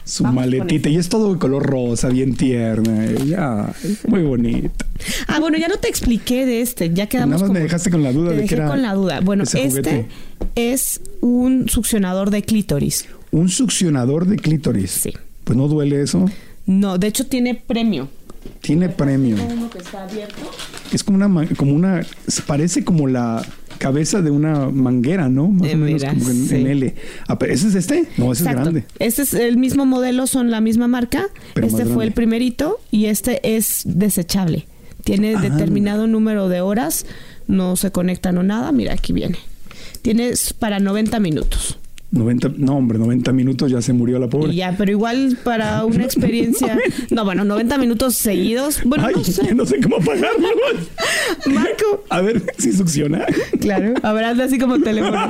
A: Su
B: vamos
A: maletita. Y es todo de color rosa, bien tierna. eh, Ya, muy bonita.
B: Ah, bueno, ya no te expliqué de este. Ya quedamos.
A: Nada más
B: como-
A: me dejaste con la duda
B: Te
A: de
B: dejé
A: que era
B: con la duda. Bueno,
A: ese
B: este
A: juguete.
B: es un succionador de clítoris.
A: Un succionador de clítoris.
B: Sí.
A: Pues no duele eso.
B: No, de hecho tiene premio.
A: Tiene premio.
B: Tengo uno que está abierto.
A: Es como una, ma- como una, se parece como la cabeza de una manguera, ¿no? Más
B: Eh,
A: o menos
B: mira,
A: como en,
B: sí.
A: en L. Ah, pero ¿Ese es este? No, ese es
B: Exacto.
A: grande.
B: Este es el mismo modelo, son la misma marca.
A: Pero más
B: este fue
A: grande.
B: el primerito y este es desechable. Tiene
A: Ah,
B: determinado número de horas, no se conectan o nada. Mira, aquí viene. Tienes para 90 minutos.
A: 90, no, hombre, 90 minutos ya se murió la pobre.
B: Y ya, pero igual para
A: (laughs)
B: una experiencia. No, bueno, 90 minutos seguidos. Bueno,
A: Ay,
B: no
A: (laughs)
B: sé.
A: no sé cómo
B: (laughs)
A: pagarlo.
B: Marco.
A: A ver si succiona.
B: Claro. Habrá así como teléfono.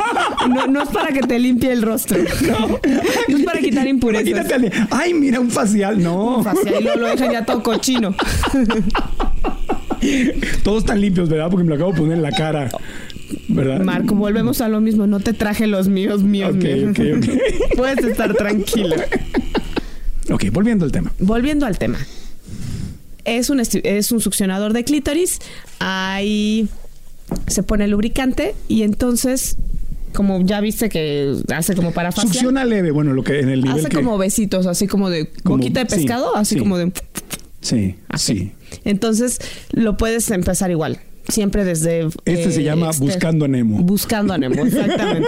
B: No, no es para que te limpie el rostro. No. es para quitar impurezas.
A: Imagínate al de, ay, mira, un facial. No.
B: Un facial y luego lo dejan ya todo cochino.
A: (laughs) Todos están limpios, ¿verdad? Porque me lo acabo de poner en la cara. ¿Verdad?
B: Marco, volvemos a lo mismo. No te traje los míos, míos,
A: Ok,
B: míos.
A: ok, ok.
B: Puedes estar tranquilo.
A: Ok, volviendo al tema.
B: Volviendo al tema. Es un, esti- es un succionador de clítoris. Ahí se pone lubricante y entonces, como ya viste que hace como para facial,
A: Succiona leve, bueno, lo que en el nivel
B: hace
A: que-
B: como besitos, así como de
A: Como-
B: boquita de
A: sí,
B: pescado, así
A: sí.
B: como de...
A: Sí, sí.
B: así. Entonces, lo puedes empezar igual. Siempre desde...
A: Este se llama
B: este-
A: Buscando a Nemo.
B: Buscando a Nemo,
A: (laughs)
B: exactamente.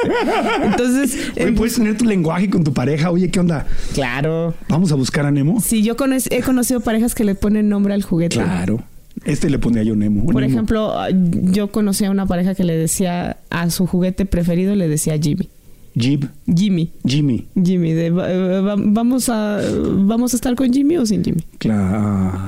B: Entonces,
A: Oye,
B: em,
A: puedes tener tu lenguaje con tu pareja. Oye, ¿qué onda?
B: Claro.
A: ¿Vamos a buscar a Nemo?
B: Sí, yo cono- he conocido parejas que le ponen nombre al juguete.
A: Claro. Este le pondría yo Nemo.
B: Por
A: Nemo.
B: ejemplo, yo conocí a una pareja que le decía a su juguete preferido, le decía Jimmy.
A: Jeep,
B: Jimmy.
A: Jimmy.
B: Jimmy, de, va- eh, va- vamos, a, ¿vamos a estar con Jimmy o sin Jimmy?
A: Claro.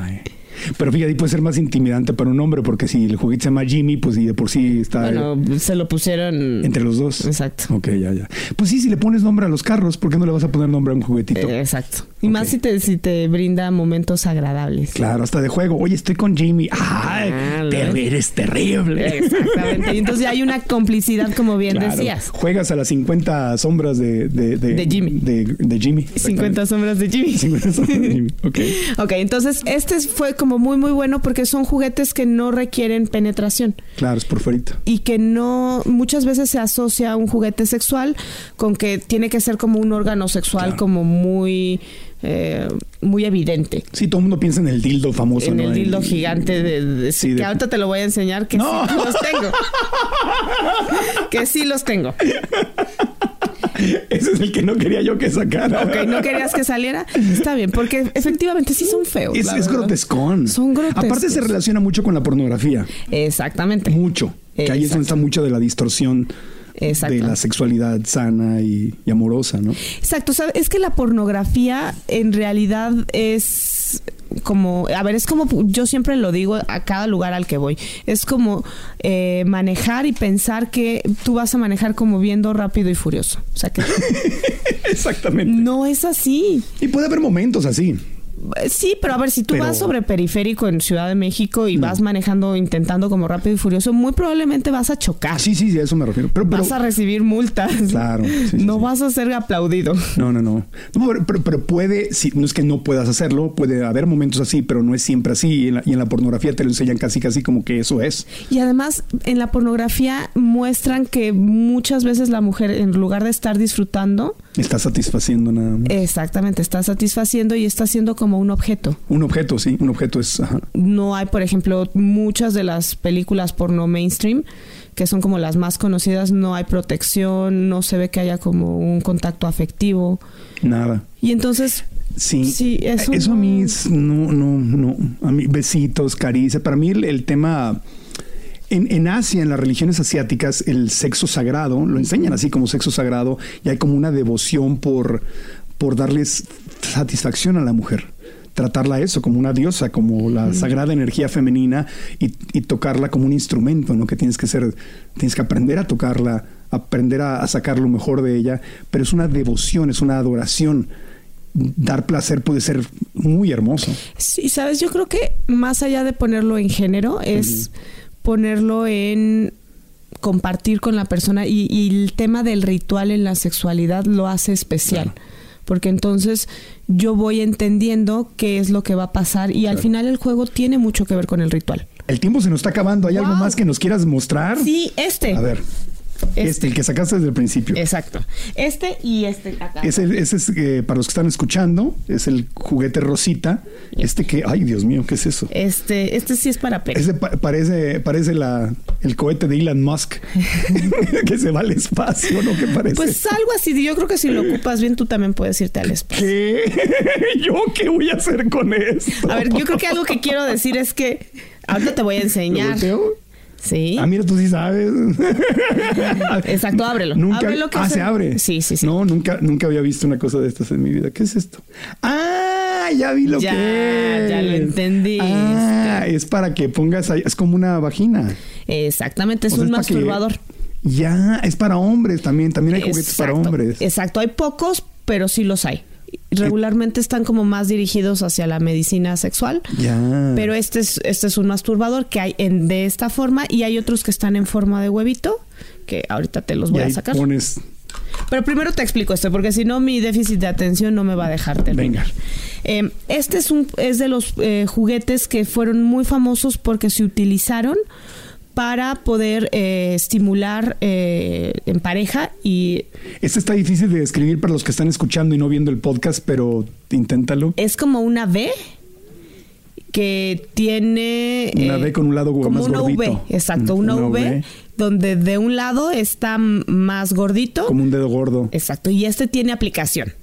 A: Pero fíjate, ahí puede ser más intimidante para un hombre, porque si el juguete se llama Jimmy, pues y de por sí está eh,
B: Bueno, se lo pusieron...
A: entre los dos.
B: Exacto.
A: Ok, ya, ya. Pues sí, si le pones nombre a los carros, ¿por qué no le vas a poner nombre a un juguetito?
B: Eh, exacto. Y
A: Ok.
B: más si te, si te brinda momentos agradables.
A: Claro, hasta de juego. Oye, estoy con Jimmy. ¡Ay!
B: Ah, lo-
A: te- eres terrible.
B: Exactamente. Y entonces ya hay una complicidad, como
A: (laughs)
B: bien
A: Claro.
B: decías.
A: Juegas a las 50 sombras de, de,
B: De Jimmy.
A: De, de Jimmy.
B: 50 sombras de Jimmy.
A: 50 sombras de Jimmy. Ok.
B: Ok, entonces este fue como muy, muy bueno porque son juguetes que no requieren penetración.
A: Claro, es porferita.
B: Y que no, muchas veces se asocia un juguete sexual con que tiene que ser como un órgano sexual
A: Claro.
B: como muy, eh, muy evidente.
A: Sí, todo el mundo piensa en el dildo famoso.
B: en
A: ¿no?
B: el dildo gigante de, de-
A: Sí,
B: que
A: de-
B: ahorita te lo voy a enseñar que
A: No.
B: sí los
A: (laughs)
B: tengo. que sí los tengo.
A: (laughs) Ese es el que no quería yo que sacara.
B: Ok, no querías que saliera. Está bien, porque efectivamente sí son feos.
A: Es,
B: la
A: es
B: verdad.
A: grotescón.
B: Son grotescos.
A: Aparte se relaciona mucho con la pornografía.
B: Exactamente.
A: Mucho. Que ahí es donde está mucha de la distorsión
B: Exacto.
A: de la sexualidad sana y, y amorosa,
B: (laughs)
A: ¿no?
B: Exacto, ¿sabes? es que la pornografía en realidad es como, a ver, es como, yo siempre lo digo a cada lugar al que voy, es como eh, manejar y pensar que tú vas a manejar como viendo rápido y furioso.
A: (laughs)
B: O sea que
A: Exactamente.
B: no es así.
A: Y puede haber momentos así.
B: Sí, pero a ver, si tú
A: Pero-
B: vas sobre periférico en Ciudad de México y vas manejando, intentando como rápido y furioso, muy probablemente vas a chocar.
A: Sí, sí, sí, a eso me refiero. Pero, pero-
B: Vas a recibir multas.
A: Claro, sí, sí,
B: no
A: sí.
B: vas a ser aplaudido.
A: No, no, no. No, pero, pero- pero puede, sí, no es que no puedas hacerlo, puede haber momentos así, pero no es siempre así. Y en la, y en la pornografía te lo enseñan casi, casi como que eso es.
B: Y además, en la pornografía muestran que muchas veces la mujer, en lugar de estar disfrutando,
A: Está satisfaciendo nada
B: Eh.
A: más.
B: exactamente, está satisfaciendo y está siendo como un objeto.
A: Un objeto, sí, un objeto es. ajá.
B: No hay, por ejemplo, muchas de las películas porno mainstream, que son como las más conocidas, no hay protección, no se ve que haya como un contacto afectivo.
A: Nada.
B: Y entonces,
A: Sí.
B: Sí, eso
A: a mí
B: no-
A: es- no, no, no. A mí, besitos, caricias. Para mí el, el tema. En, en Asia, en las religiones asiáticas, el sexo sagrado, lo enseñan así como sexo sagrado, y hay como una devoción por, por darles satisfacción a la mujer. Tratarla eso, como una diosa, como la sagrada energía femenina, y, y tocarla como un instrumento, ¿no? Que tienes que ser, tienes que aprender a tocarla, aprender a, a sacar lo mejor de ella, pero es una devoción, es una adoración dar placer puede ser muy hermoso.
B: sí, sabes, yo creo que más allá de ponerlo en género, es ponerlo en compartir con la persona y, y el tema del ritual en la sexualidad lo hace especial. Porque entonces yo voy entendiendo qué es lo que va a pasar y al final el juego tiene mucho que ver con el ritual.
A: El tiempo se nos está acabando. ¿Hay algo
B: Wow.
A: más que nos quieras mostrar?
B: Sí, este.
A: A ver. Este,
B: Este.
A: el que sacaste desde el principio.
B: Exacto. Este y este acá.
A: Es el- ese es, eh, para los que están escuchando, es el juguete rosita. Este que, ay Dios mío, ¿qué es eso?
B: Este, este sí es para Play.
A: Ese pa- parece, parece la, el cohete de Elon
B: (laughs)
A: Musk (laughs) que se va al espacio, ¿no? ¿Qué parece?
B: Pues algo así, yo creo que si lo ocupas bien, tú también puedes irte al espacio.
A: ¿Qué? (laughs) ¿Yo qué voy a hacer con esto?
B: A ver, yo
A: (laughs)
B: creo que algo que quiero decir es que ahorita te voy a
A: ¿Lo
B: enseñar.
A: volteo?
B: Sí.
A: Ah, mira, tú sí sabes.
B: (laughs) Exacto, ábrelo.
A: Nunca.
B: Ábrelo que
A: ah,
B: es
A: se
B: el-
A: abre.
B: Sí, sí, sí.
A: No, nunca, nunca había visto una cosa de estas en mi vida. ¿Qué es esto? Ah, ya vi lo
B: Ya,
A: que es.
B: ya lo entendí.
A: Ah, es para que pongas ahí. Es como una vagina.
B: Exactamente, es
A: O sea,
B: un
A: para que-
B: masturbador.
A: Ya, es para hombres también. También hay juguetes para
B: Exacto,
A: hombres.
B: Exacto, hay pocos, pero sí los hay. Regularmente están como más dirigidos hacia la medicina sexual.
A: Ah. Ya.
B: Pero este es, este es un masturbador que hay en, de esta forma y hay otros que están en forma de huevito, que ahorita te los
A: Y
B: voy a
A: ahí
B: sacar.
A: pones.
B: Pero primero te explico esto, porque si no mi déficit de atención no me va a dejar terminar.
A: Venga.
B: Eh, este es, un, es de los eh, juguetes que fueron muy famosos porque se utilizaron para poder eh, estimular eh, en pareja y
A: Este está difícil de describir para los que están escuchando y no viendo el podcast, pero inténtalo.
B: es como una V que tiene eh,
A: Una V con un lado gu-
B: como
A: más
B: una
A: gordito.
B: V exacto
A: Mm,
B: una,
A: una
B: V,
A: V.
B: donde de un lado está m- más gordito
A: Como un dedo gordo.
B: exacto y este tiene aplicación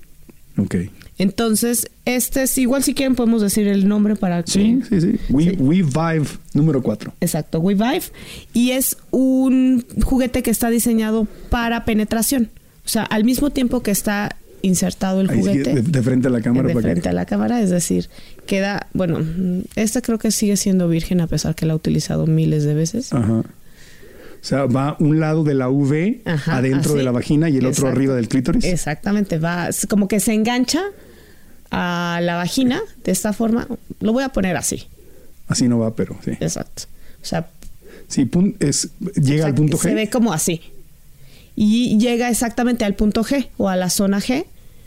A: Ok.
B: Entonces, este es igual si quieren podemos decir el nombre para que-
A: Sí, sí, sí. We,
B: Sí.
A: We Vive número 4.
B: Exacto, WeVive. Y es un juguete que está diseñado para penetración. O sea, al mismo tiempo que está insertado el
A: Ahí sí,
B: juguete
A: de, de frente a la cámara.
B: de
A: para que-
B: frente a la cámara, es decir, queda, bueno, mm, este creo que sigue siendo virgen a pesar que la ha utilizado miles de veces.
A: Ajá. O sea, va un lado de la V
B: Ajá,
A: Ah, adentro
B: así.
A: de la vagina y el otro
B: Exacto.
A: arriba del clítoris.
B: Exactamente, va es como que se engancha a la vagina de esta forma. Lo voy a poner así.
A: Así no va, pero sí.
B: Exacto. O sea,
A: Sí, pun- es, llega
B: O sea,
A: al punto
B: Se
A: G.
B: ve como así. Y llega exactamente al punto G o a la zona G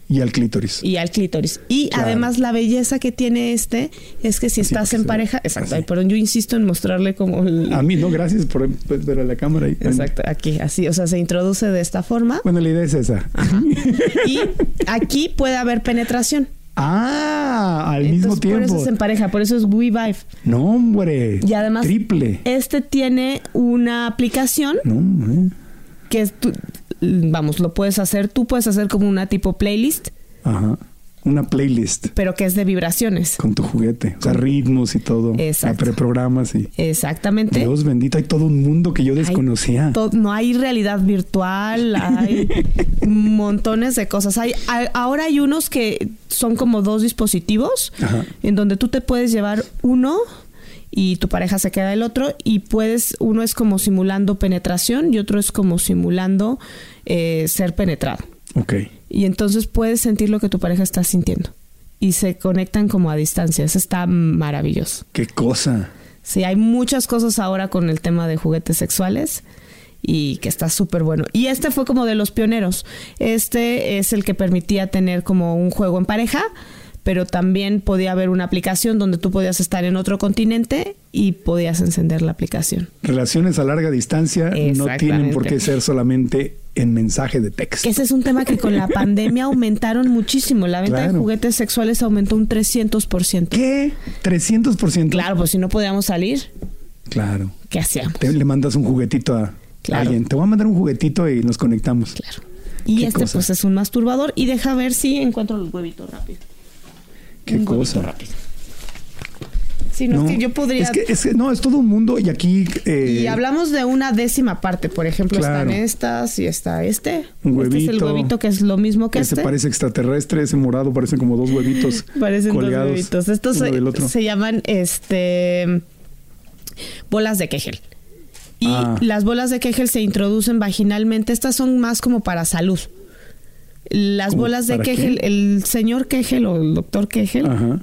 A: Y al clítoris.
B: y al clítoris. Y
A: Claro.
B: además la belleza que tiene este es que si
A: Así,
B: estás
A: porque
B: en
A: se-
B: pareja, exacto,
A: así. Ah,
B: ay, perdón, yo insisto en mostrarle como el-
A: A mí, no, gracias por, por ver a la cámara. ahí.
B: Exacto, aquí, así, o sea, se introduce de esta forma
A: Bueno, la idea es esa.
B: y aquí puede haber penetración.
A: (laughs) Ah, al mismo
B: Entonces, Por eso
A: tiempo.
B: es en pareja, por eso es WeVive.
A: No, hombre.
B: Y además,
A: Triple.
B: este tiene una aplicación
A: No, hombre.
B: que es tú- vamos, lo puedes hacer, tú puedes hacer como una tipo playlist,
A: Ajá. Una playlist
B: pero que es de vibraciones.
A: con tu juguete. O sea, ritmos y todo.
B: Exacto.
A: Preprogramas y.
B: Exactamente.
A: Dios bendito, hay todo un mundo que yo
B: Hay
A: desconocía.
B: to- no hay realidad virtual, hay
A: (laughs)
B: montones de cosas. Hay, hay- ahora hay unos que son como dos dispositivos
A: Ajá.
B: en donde tú te puedes llevar uno y tu pareja se queda el otro y puedes, uno es como simulando penetración y otro es como simulando eh, ser penetrado.
A: Ok.
B: Y entonces puedes sentir lo que tu pareja está sintiendo. Y se conectan como a distancia. Eso está maravilloso.
A: Qué cosa.
B: Sí, hay muchas cosas ahora con el tema de juguetes sexuales y que está súper bueno. Y este fue como de los pioneros. Este es el que permitía tener como un juego en pareja, pero también podía haber una aplicación donde tú podías estar en otro continente y podías encender la aplicación.
A: Relaciones a larga distancia no tienen
B: Exactamente.
A: por qué ser solamente en mensaje de texto.
B: Que ese es un tema que
A: (laughs)
B: con la pandemia aumentaron muchísimo. La venta de
A: Claro.
B: juguetes sexuales aumentó un 300%.
A: ¿Qué? 300%.
B: Claro, pues si no podíamos salir,
A: Claro.
B: ¿qué hacíamos?
A: Te- le mandas un juguetito a
B: Claro.
A: alguien. Te voy a mandar un juguetito y nos conectamos.
B: Claro. Y
A: Qué
B: este
A: cosa.
B: pues es un masturbador y deja ver si encuentro los huevitos rápido.
A: Qué
B: un huevito
A: cosa.
B: rápido. Si no, es que yo podría...
A: Es que, es que- no, es todo un mundo y aquí. eh,
B: Y hablamos de una décima parte, por ejemplo,
A: Claro.
B: están estas y está este.
A: Un
B: Este es el
A: huevito.
B: huevito que es lo mismo que
A: Ese
B: este.
A: parece extraterrestre, ese morado parece como dos huevitos.
B: (laughs) Parecen
A: colgados
B: dos huevitos. Estos
A: uno del
B: se,
A: otro.
B: se llaman este bolas de Kegel. Y
A: Ah.
B: las bolas de Kegel se introducen vaginalmente. Estas son más como para salud. Las
A: ¿Cómo
B: bolas de
A: para qué?
B: Kegel, el señor Kegel o el doctor Kegel.
A: Ajá.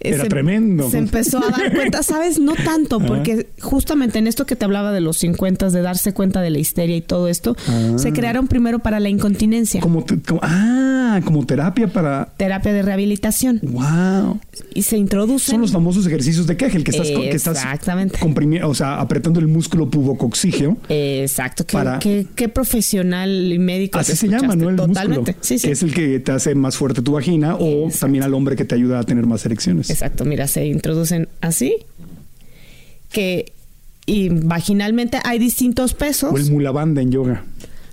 B: eh,
A: Era tremendo.
B: Se empezó a dar cuenta, ¿sabes? No
A: (laughs)
B: tanto,
A: Ajá.
B: porque justamente en esto que te hablaba de los 50, de darse cuenta de la histeria y todo esto,
A: Ah.
B: se crearon primero para la incontinencia,
A: Como, te- como- ah, como terapia para.
B: terapia de rehabilitación.
A: ¡Wow!
B: Y se introducen.
A: Son los famosos ejercicios de Kegel que estás, co- que estás
B: Exactamente.
A: comprimi- o sea, apretando el músculo pubocoxígeo.
B: Exacto, qué,
A: Para-
B: qué- qué profesional y médico.
A: Así
B: te
A: se llama,
B: Pues escuchaste.
A: ¿no? El
B: Totalmente.
A: músculo.
B: Sí, sí.
A: Que es el que te hace más fuerte tu vagina o
B: Exacto.
A: también al hombre que te ayuda a tener más erecciones.
B: Exacto, mira, se introducen así. Que y vaginalmente hay distintos pesos.
A: O el mulabanda en yoga.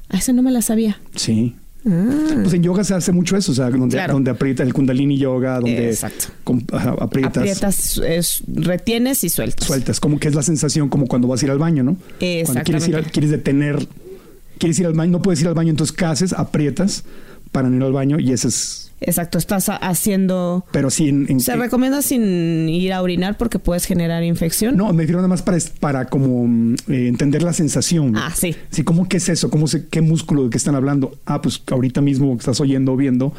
B: Ah, Esa no me la sabía.
A: Sí.
B: Ah,
A: Pues en yoga se hace mucho eso, o sea, donde,
B: Claro.
A: donde aprietas el kundalini yoga, donde
B: Exacto.
A: com- ajá, aprietas,
B: aprietas, es- retienes y sueltas.
A: sueltas, como que es la sensación como cuando vas a ir al baño, ¿no? Cuando quieres, ir al-
B: Exactamente.
A: quieres detener, quieres ir al baño, no puedes ir al baño, entonces ¿qué haces? Aprietas para no ir al baño y ese es,
B: Exacto, estás ha- haciendo.
A: pero sí en... eh, en-
B: Se recomienda sin ir a orinar porque puedes generar infección.
A: no, me refiero nada más para, es- para como mm, eh, entender la sensación.
B: Ah, sí.
A: Sí, ¿cómo qué es eso? ¿Cómo se, ¿Qué músculo de qué están hablando? Ah, pues ahorita mismo que estás oyendo o viendo,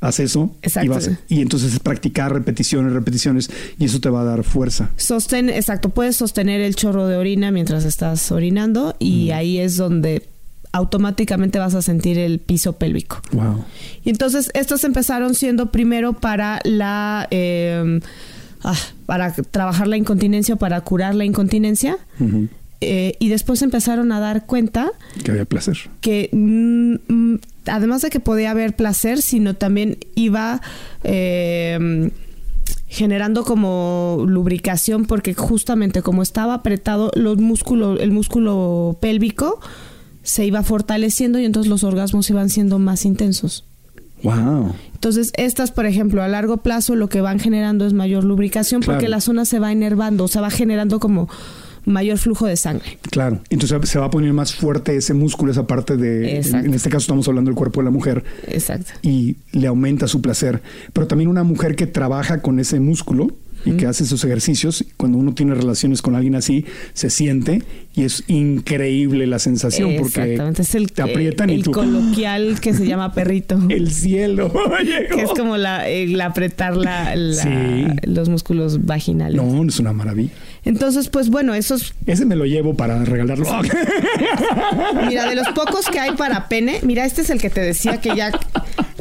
A: haz eso.
B: Exacto.
A: Y, vas- y entonces es practicar repeticiones, repeticiones, y eso te va a dar fuerza.
B: Sostén, exacto, puedes sostener el chorro de orina mientras estás orinando y
A: Mm.
B: ahí es donde automáticamente vas a sentir el piso pélvico.
A: Wow.
B: Y entonces estos empezaron siendo primero para la eh, ah, para trabajar la incontinencia, para curar la incontinencia eh, y después empezaron a dar cuenta
A: Que había placer.
B: que mm, mm, además de que podía haber placer, sino también iba eh, generando como lubricación, porque justamente como estaba apretado, los músculos, el músculo pélvico se iba fortaleciendo y entonces los orgasmos iban siendo más intensos.
A: Wow.
B: Entonces, estas, por ejemplo, a largo plazo lo que van generando es mayor lubricación porque
A: Claro.
B: la zona se va enervando, o sea, va generando como mayor flujo de sangre.
A: Claro. Entonces se va a poner más fuerte ese músculo, esa parte de. En,
B: Exacto.
A: en este caso estamos hablando del cuerpo de la mujer
B: Exacto.
A: y le aumenta su placer. Pero también una mujer que trabaja con ese músculo y que hace esos ejercicios, cuando uno tiene relaciones con alguien así, se siente y es increíble la sensación porque
B: Exactamente, es el,
A: te aprietan
B: el
A: y tú. "Ah,
B: coloquial que se llama perrito.
A: (laughs) El cielo. oh, llegó!
B: que es como la, el apretar la, la-
A: Sí.
B: los músculos vaginales.
A: No, es una maravilla.
B: Entonces, pues bueno, esos,
A: Ese me lo llevo para regalarlo. (laughs)
B: mira, de los pocos que hay para pene, mira, este es el que te decía que ya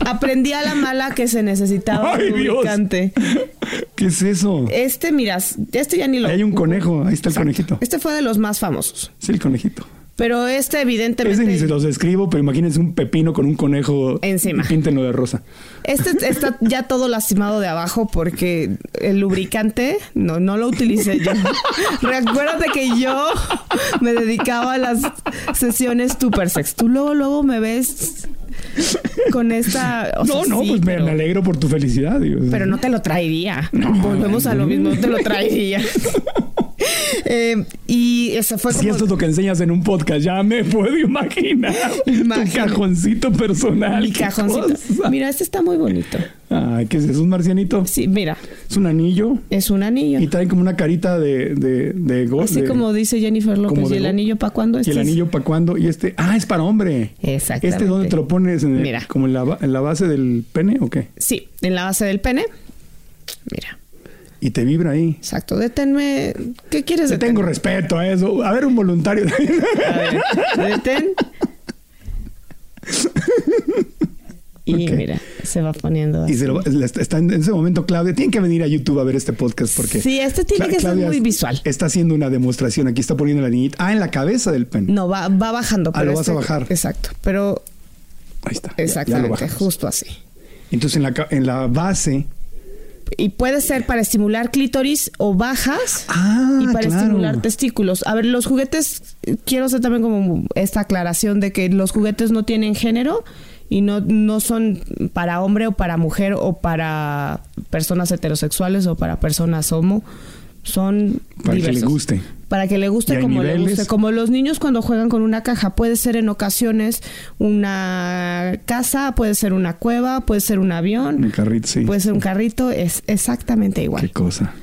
B: Aprendí a la mala que se necesitaba
A: ¡Ay,
B: un
A: Dios!
B: lubricante.
A: ¿Qué es eso?
B: Este, miras, este ya ni lo.
A: Ahí Hay un conejo, ahí está el conejito.
B: Este fue de los más famosos.
A: Sí, el conejito.
B: Pero este,
A: Ese
B: evidentemente.
A: ni se los describo, pero imagínense un pepino con un conejo.
B: Encima.
A: y Píntenlo de rosa.
B: Este está ya todo lastimado de abajo porque el lubricante no, no lo
A: (laughs)
B: utilicé yo. Recuérdate que yo me dedicaba a las sesiones Tupersex. Tú luego, luego me ves con esta. o sea,
A: no, no,
B: sí,
A: pues me-
B: pero,
A: me alegro por tu felicidad. digo.
B: pero no te lo traería. Volvemos a lo mismo, no
A: (laughs)
B: te lo traería. Eh, y eso fue como.
A: Si esto es lo que enseñas en un podcast, ya me puedo imaginar tu
B: Imagínate.
A: cajoncito personal.
B: mi
A: qué
B: cajoncito.
A: cosa.
B: Mira, este está muy bonito.
A: Ay, ¿qué es eso? ¿Un marcianito?
B: Sí, mira,
A: Es un anillo
B: es un anillo.
A: y trae como una carita de, de, de go-
B: Así
A: de-
B: como dice Jennifer
A: como
B: López,
A: de
B: ¿y el
A: go-
B: anillo para cuándo
A: ¿Y el
B: Este es-
A: anillo para cuándo? Y este, ah, es para hombre.
B: Exactamente.
A: ¿Este dónde te lo pones? ¿En el-
B: Mira.
A: ¿Como en la, ba- en la base del pene o qué?
B: Sí, en la base del pene. Mira,
A: Y te vibra ahí.
B: exacto. Deténme. ¿Qué quieres
A: Te
B: detener?
A: tengo respeto a eso. A ver, un voluntario.
B: A ver, detén. Y
A: Ok.
B: mira, se va poniendo.
A: y se lo- la- está en ese momento Claudia. Tienen que venir a YouTube a ver este podcast porque...
B: Sí, este tiene que ser muy visual.
A: Está haciendo una demostración. Aquí está poniendo la niñita. Ah, en la cabeza del pene.
B: No, va, va bajando.
A: Ah,
B: pero este-
A: lo vas a bajar.
B: Exacto. Pero
A: Ahí está. Ya- ya lo
B: exactamente,
A: bajamos.
B: justo así.
A: Entonces, en la, ca- en la base...
B: Y puede ser para estimular clítoris o bajas.
A: Ah,
B: y para
A: claro.
B: estimular testículos. A ver, los juguetes, eh, quiero hacer también como esta aclaración de que los juguetes no tienen género y no, no son para hombre o para mujer o para personas heterosexuales o para personas homo. Son
A: Para que
B: diversos.
A: le guste.
B: Para que le
A: Y
B: guste
A: hay
B: como le
A: niveles.
B: guste. Como los niños cuando juegan con una caja. Puede ser en ocasiones una casa, puede ser una cueva, puede ser un avión,
A: Un carrito, sí.
B: puede ser un carrito. Es exactamente igual.
A: Qué cosa.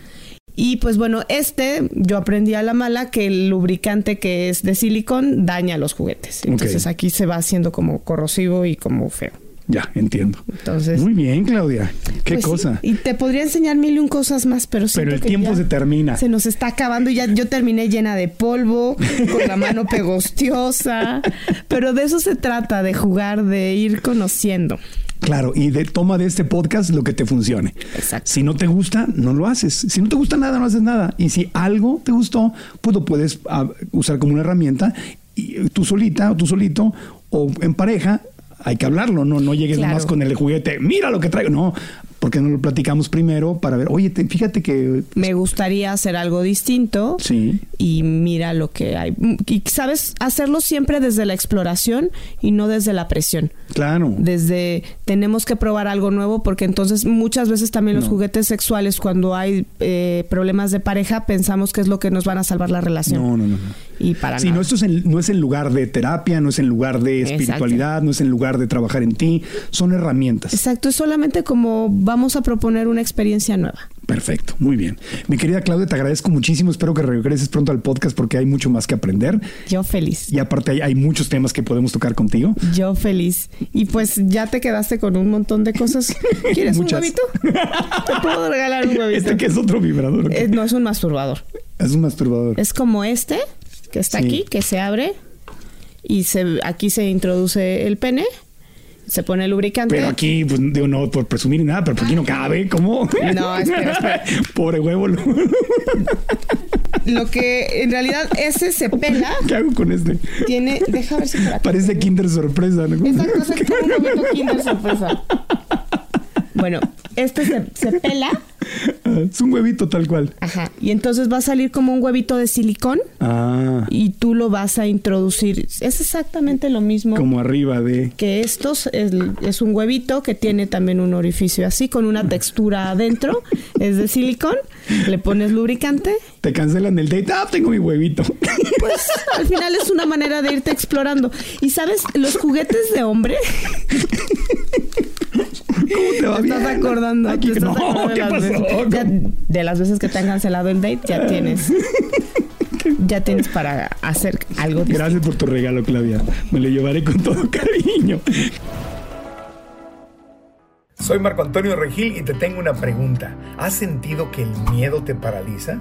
B: Y pues bueno, este yo aprendí a la mala que el lubricante que es de silicón daña los juguetes. Entonces
A: Ok.
B: aquí se va haciendo como corrosivo y como feo.
A: Ya, entiendo.
B: Entonces,
A: Muy bien, Claudia. Qué
B: pues sí.
A: cosa.
B: y te podría enseñar mil y un cosas más, pero
A: Pero
B: siento
A: el
B: que
A: tiempo
B: ya
A: se termina.
B: se nos está acabando y ya yo terminé llena de polvo, con
A: (laughs)
B: la mano pegostiosa. Pero de eso se trata, de jugar, de ir conociendo.
A: Claro, y de toma de este podcast lo que te funcione.
B: Exacto.
A: Si no te gusta, no lo haces. Si no te gusta nada, no haces nada. Y si algo te gustó, pues lo puedes ah, usar como una herramienta y eh, tú solita o tú solito o en pareja. Hay que hablarlo, no, no llegues
B: Claro.
A: nomás con el juguete. Mira lo que traigo. No, porque no lo platicamos primero para ver. Oye, te- fíjate que
B: Me gustaría hacer algo distinto.
A: sí,
B: y mira lo que hay. Y sabes, hacerlo siempre desde la exploración y no desde la presión.
A: claro.
B: Desde tenemos que probar algo nuevo, porque entonces muchas veces también los
A: No.
B: juguetes sexuales, cuando hay eh, problemas de pareja, pensamos que es lo que nos van a salvar la relación.
A: No, no, no, no.
B: Y para
A: Si
B: nada.
A: no, esto es en- no es en lugar de terapia, no es en lugar de
B: Exacto.
A: espiritualidad, no es en lugar de trabajar en ti, son herramientas.
B: Exacto, es solamente como vamos a proponer una experiencia nueva.
A: Perfecto, muy bien. Mi querida Claudia, te agradezco muchísimo, espero que regreses pronto al podcast porque hay mucho más que aprender
B: Yo feliz.
A: y aparte hay, hay muchos temas que podemos tocar contigo.
B: Yo feliz. Y pues ya te quedaste con un montón de
A: (laughs)
B: cosas. ¿Quieres
A: Muchas.
B: un huevito? Te puedo regalar un huevito.
A: (laughs) Este que es otro vibrador, ¿o qué?
B: Eh, no es un masturbador.
A: es un masturbador.
B: Es como este, que está
A: Sí.
B: aquí, que se abre y se, aquí se introduce el pene, se pone el lubricante.
A: Pero aquí, pues digo, no por presumir ni nada, pero pues aquí no cabe, ¿cómo?
B: No, espera, espera.
A: (laughs) Pobre huevo, lo-
B: Lo que en realidad ese se pela,
A: ¿qué hago con este?
B: tiene. Deja ver si por aquí.
A: Parece Kinder sorpresa, ¿no?
B: Esta cosa es como un
A: (laughs)
B: momento Kinder sorpresa. Bueno, este se, se pela,
A: Ah, Es un huevito tal cual.
B: ajá, y entonces va a salir como un huevito de silicón
A: Ah,
B: y tú lo vas a introducir. Es exactamente lo mismo.
A: como arriba de.
B: que estos es, es un huevito que tiene también un orificio así con una textura adentro, es de silicón, le pones lubricante,
A: Te cancelan el date. Ah, tengo mi huevito. (laughs)
B: pues al final es una manera de irte explorando. Y sabes, los juguetes de hombre,
A: Te va
B: te
A: bien.
B: estás acordando,
A: Aquí-
B: te estás
A: no,
B: acordando
A: ¿qué
B: de, las
A: pasó?
B: veces, ya- de las veces que te han cancelado el date, ya tienes. Ya tienes para hacer algo distinto.
A: Gracias por tu regalo, Claudia. Me lo llevaré con todo cariño.
D: Soy Marco Antonio Regil y te tengo una pregunta. ¿Has sentido que el miedo te paraliza?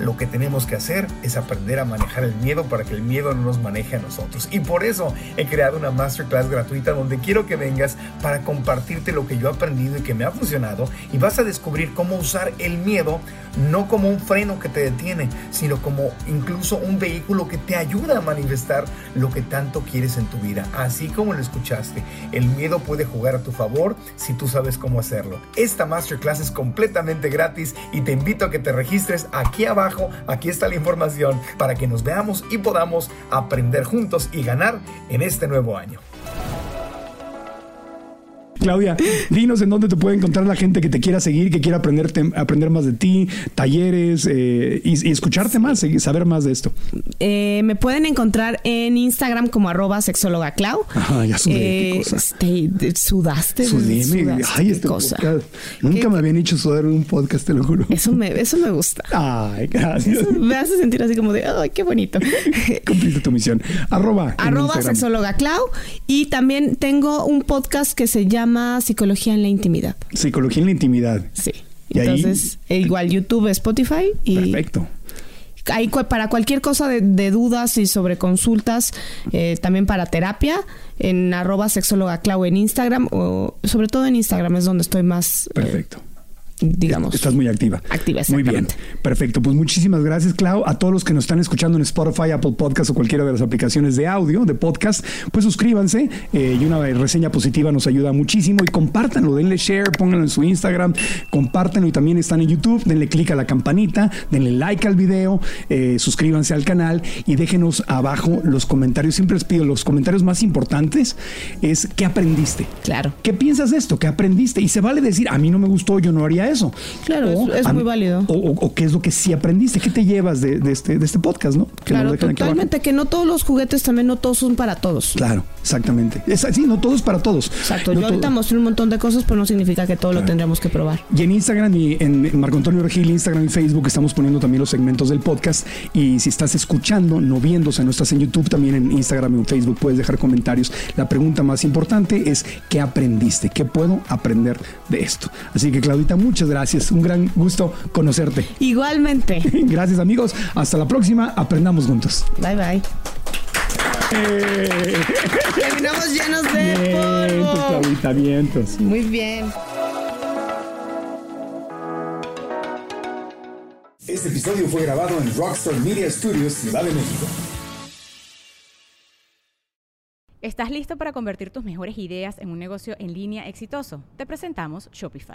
D: lo que tenemos que hacer es aprender a manejar el miedo para que el miedo no nos maneje a nosotros. Y por eso he creado una masterclass gratuita donde quiero que vengas para compartirte lo que yo he aprendido y que me ha funcionado. Y vas a descubrir cómo usar el miedo no como un freno que te detiene, sino como incluso un vehículo que te ayuda a manifestar lo que tanto quieres en tu vida. Así como lo escuchaste, el miedo puede jugar a tu favor si tú sabes cómo hacerlo. Esta masterclass es completamente gratis y te invito a que te registres aquí abajo aquí está la información para que nos veamos y podamos aprender juntos y ganar en este nuevo año.
A: Claudia, dinos en dónde te puede encontrar la gente que te quiera seguir, que quiera aprender, aprender más de ti, talleres eh, y, y, escucharte más, y saber más de esto.
B: Eh, me pueden encontrar en Instagram como arroba sexóloga Clau.
A: Ajá, ya sudé, eh, qué cosa.
B: Este, sudaste.
A: Sudé, sudaste, ay, este cosa. Podcast. Nunca ¿Qué? me habían hecho sudar en un podcast, te lo juro.
B: Eso me, eso me gusta.
A: Ay, gracias. (laughs) Eso
B: me hace sentir así como de, ay, qué
A: (laughs)
B: bonito.
A: Cumpliste tu misión. Arroba.
B: Arroba sexóloga Clau. Y también tengo un podcast que se llama Psicología en la Intimidad.
A: Psicología en la Intimidad.
B: Sí. ¿Y Entonces, ahí? igual YouTube, Spotify y...
A: Perfecto.
B: Ahí, para cualquier cosa de, de, dudas y sobre consultas, eh, también para terapia, en arroba sexóloga Clau en Instagram, o sobre todo en Instagram es donde estoy más...
A: Perfecto. Eh,
B: digamos.
A: Estás muy activa.
B: Activa,
A: Muy bien. Perfecto. Pues muchísimas gracias, Clau. A todos los que nos están escuchando en Spotify, Apple Podcast o cualquiera de las aplicaciones de audio, de podcast, pues suscríbanse eh, y una reseña positiva nos ayuda muchísimo. Y compártanlo, denle share, pónganlo en su Instagram, compártanlo y también están en YouTube. Denle click a la campanita, denle like al video, eh, suscríbanse al canal y déjenos abajo los comentarios. Siempre les pido los comentarios más importantes es ¿qué aprendiste?
B: Claro.
A: ¿Qué piensas de esto? ¿Qué aprendiste? Y se vale decir, a mí no me gustó, yo no haría eso.
B: Claro, o, es, es a, muy válido.
A: O, o, o, qué es lo que sí aprendiste, qué te llevas de, de este, de este podcast, ¿no?
B: Que claro, totalmente, que no todos los juguetes también no todos son para todos.
A: Claro, exactamente. Es así, no todos para todos.
B: Exacto,
A: no
B: yo ahorita mostré un montón de cosas, pero no significa que todo claro. lo tendremos que probar.
A: Y en Instagram y en Marco Antonio Regil, Instagram y Facebook estamos poniendo también los segmentos del podcast y si estás escuchando, no viendo, o sea, no estás en YouTube, también en Instagram y en Facebook puedes dejar comentarios. La pregunta más importante es ¿qué aprendiste? ¿Qué puedo aprender de esto? Así que Claudita, muchas muchas gracias. Un gran gusto conocerte.
B: Igualmente.
A: (laughs) Gracias amigos. Hasta la próxima. Aprendamos juntos.
B: Bye bye. Eh. Terminamos llenos de bien, polvo.
A: Pues, vientos.
B: Muy bien.
E: Este episodio fue grabado en Rockstar Media Studios, Ciudad de México.
F: ¿Estás listo para convertir tus mejores ideas en un negocio en línea exitoso? Te presentamos Shopify.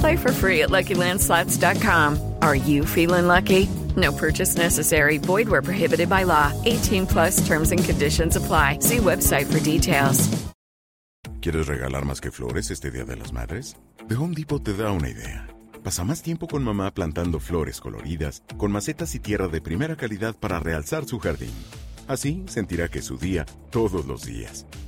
G: Play for free at LuckyLandSlots.com. Are you feeling lucky? No purchase necessary. Void where prohibited by law. 18 plus terms and conditions apply. See website for details.
H: ¿Quieres regalar más que flores este Día de las Madres? The Home Depot te da una idea. Pasa más tiempo con mamá plantando flores coloridas, con macetas y tierra de primera calidad para realzar su jardín. Así sentirá que es su día todos los días.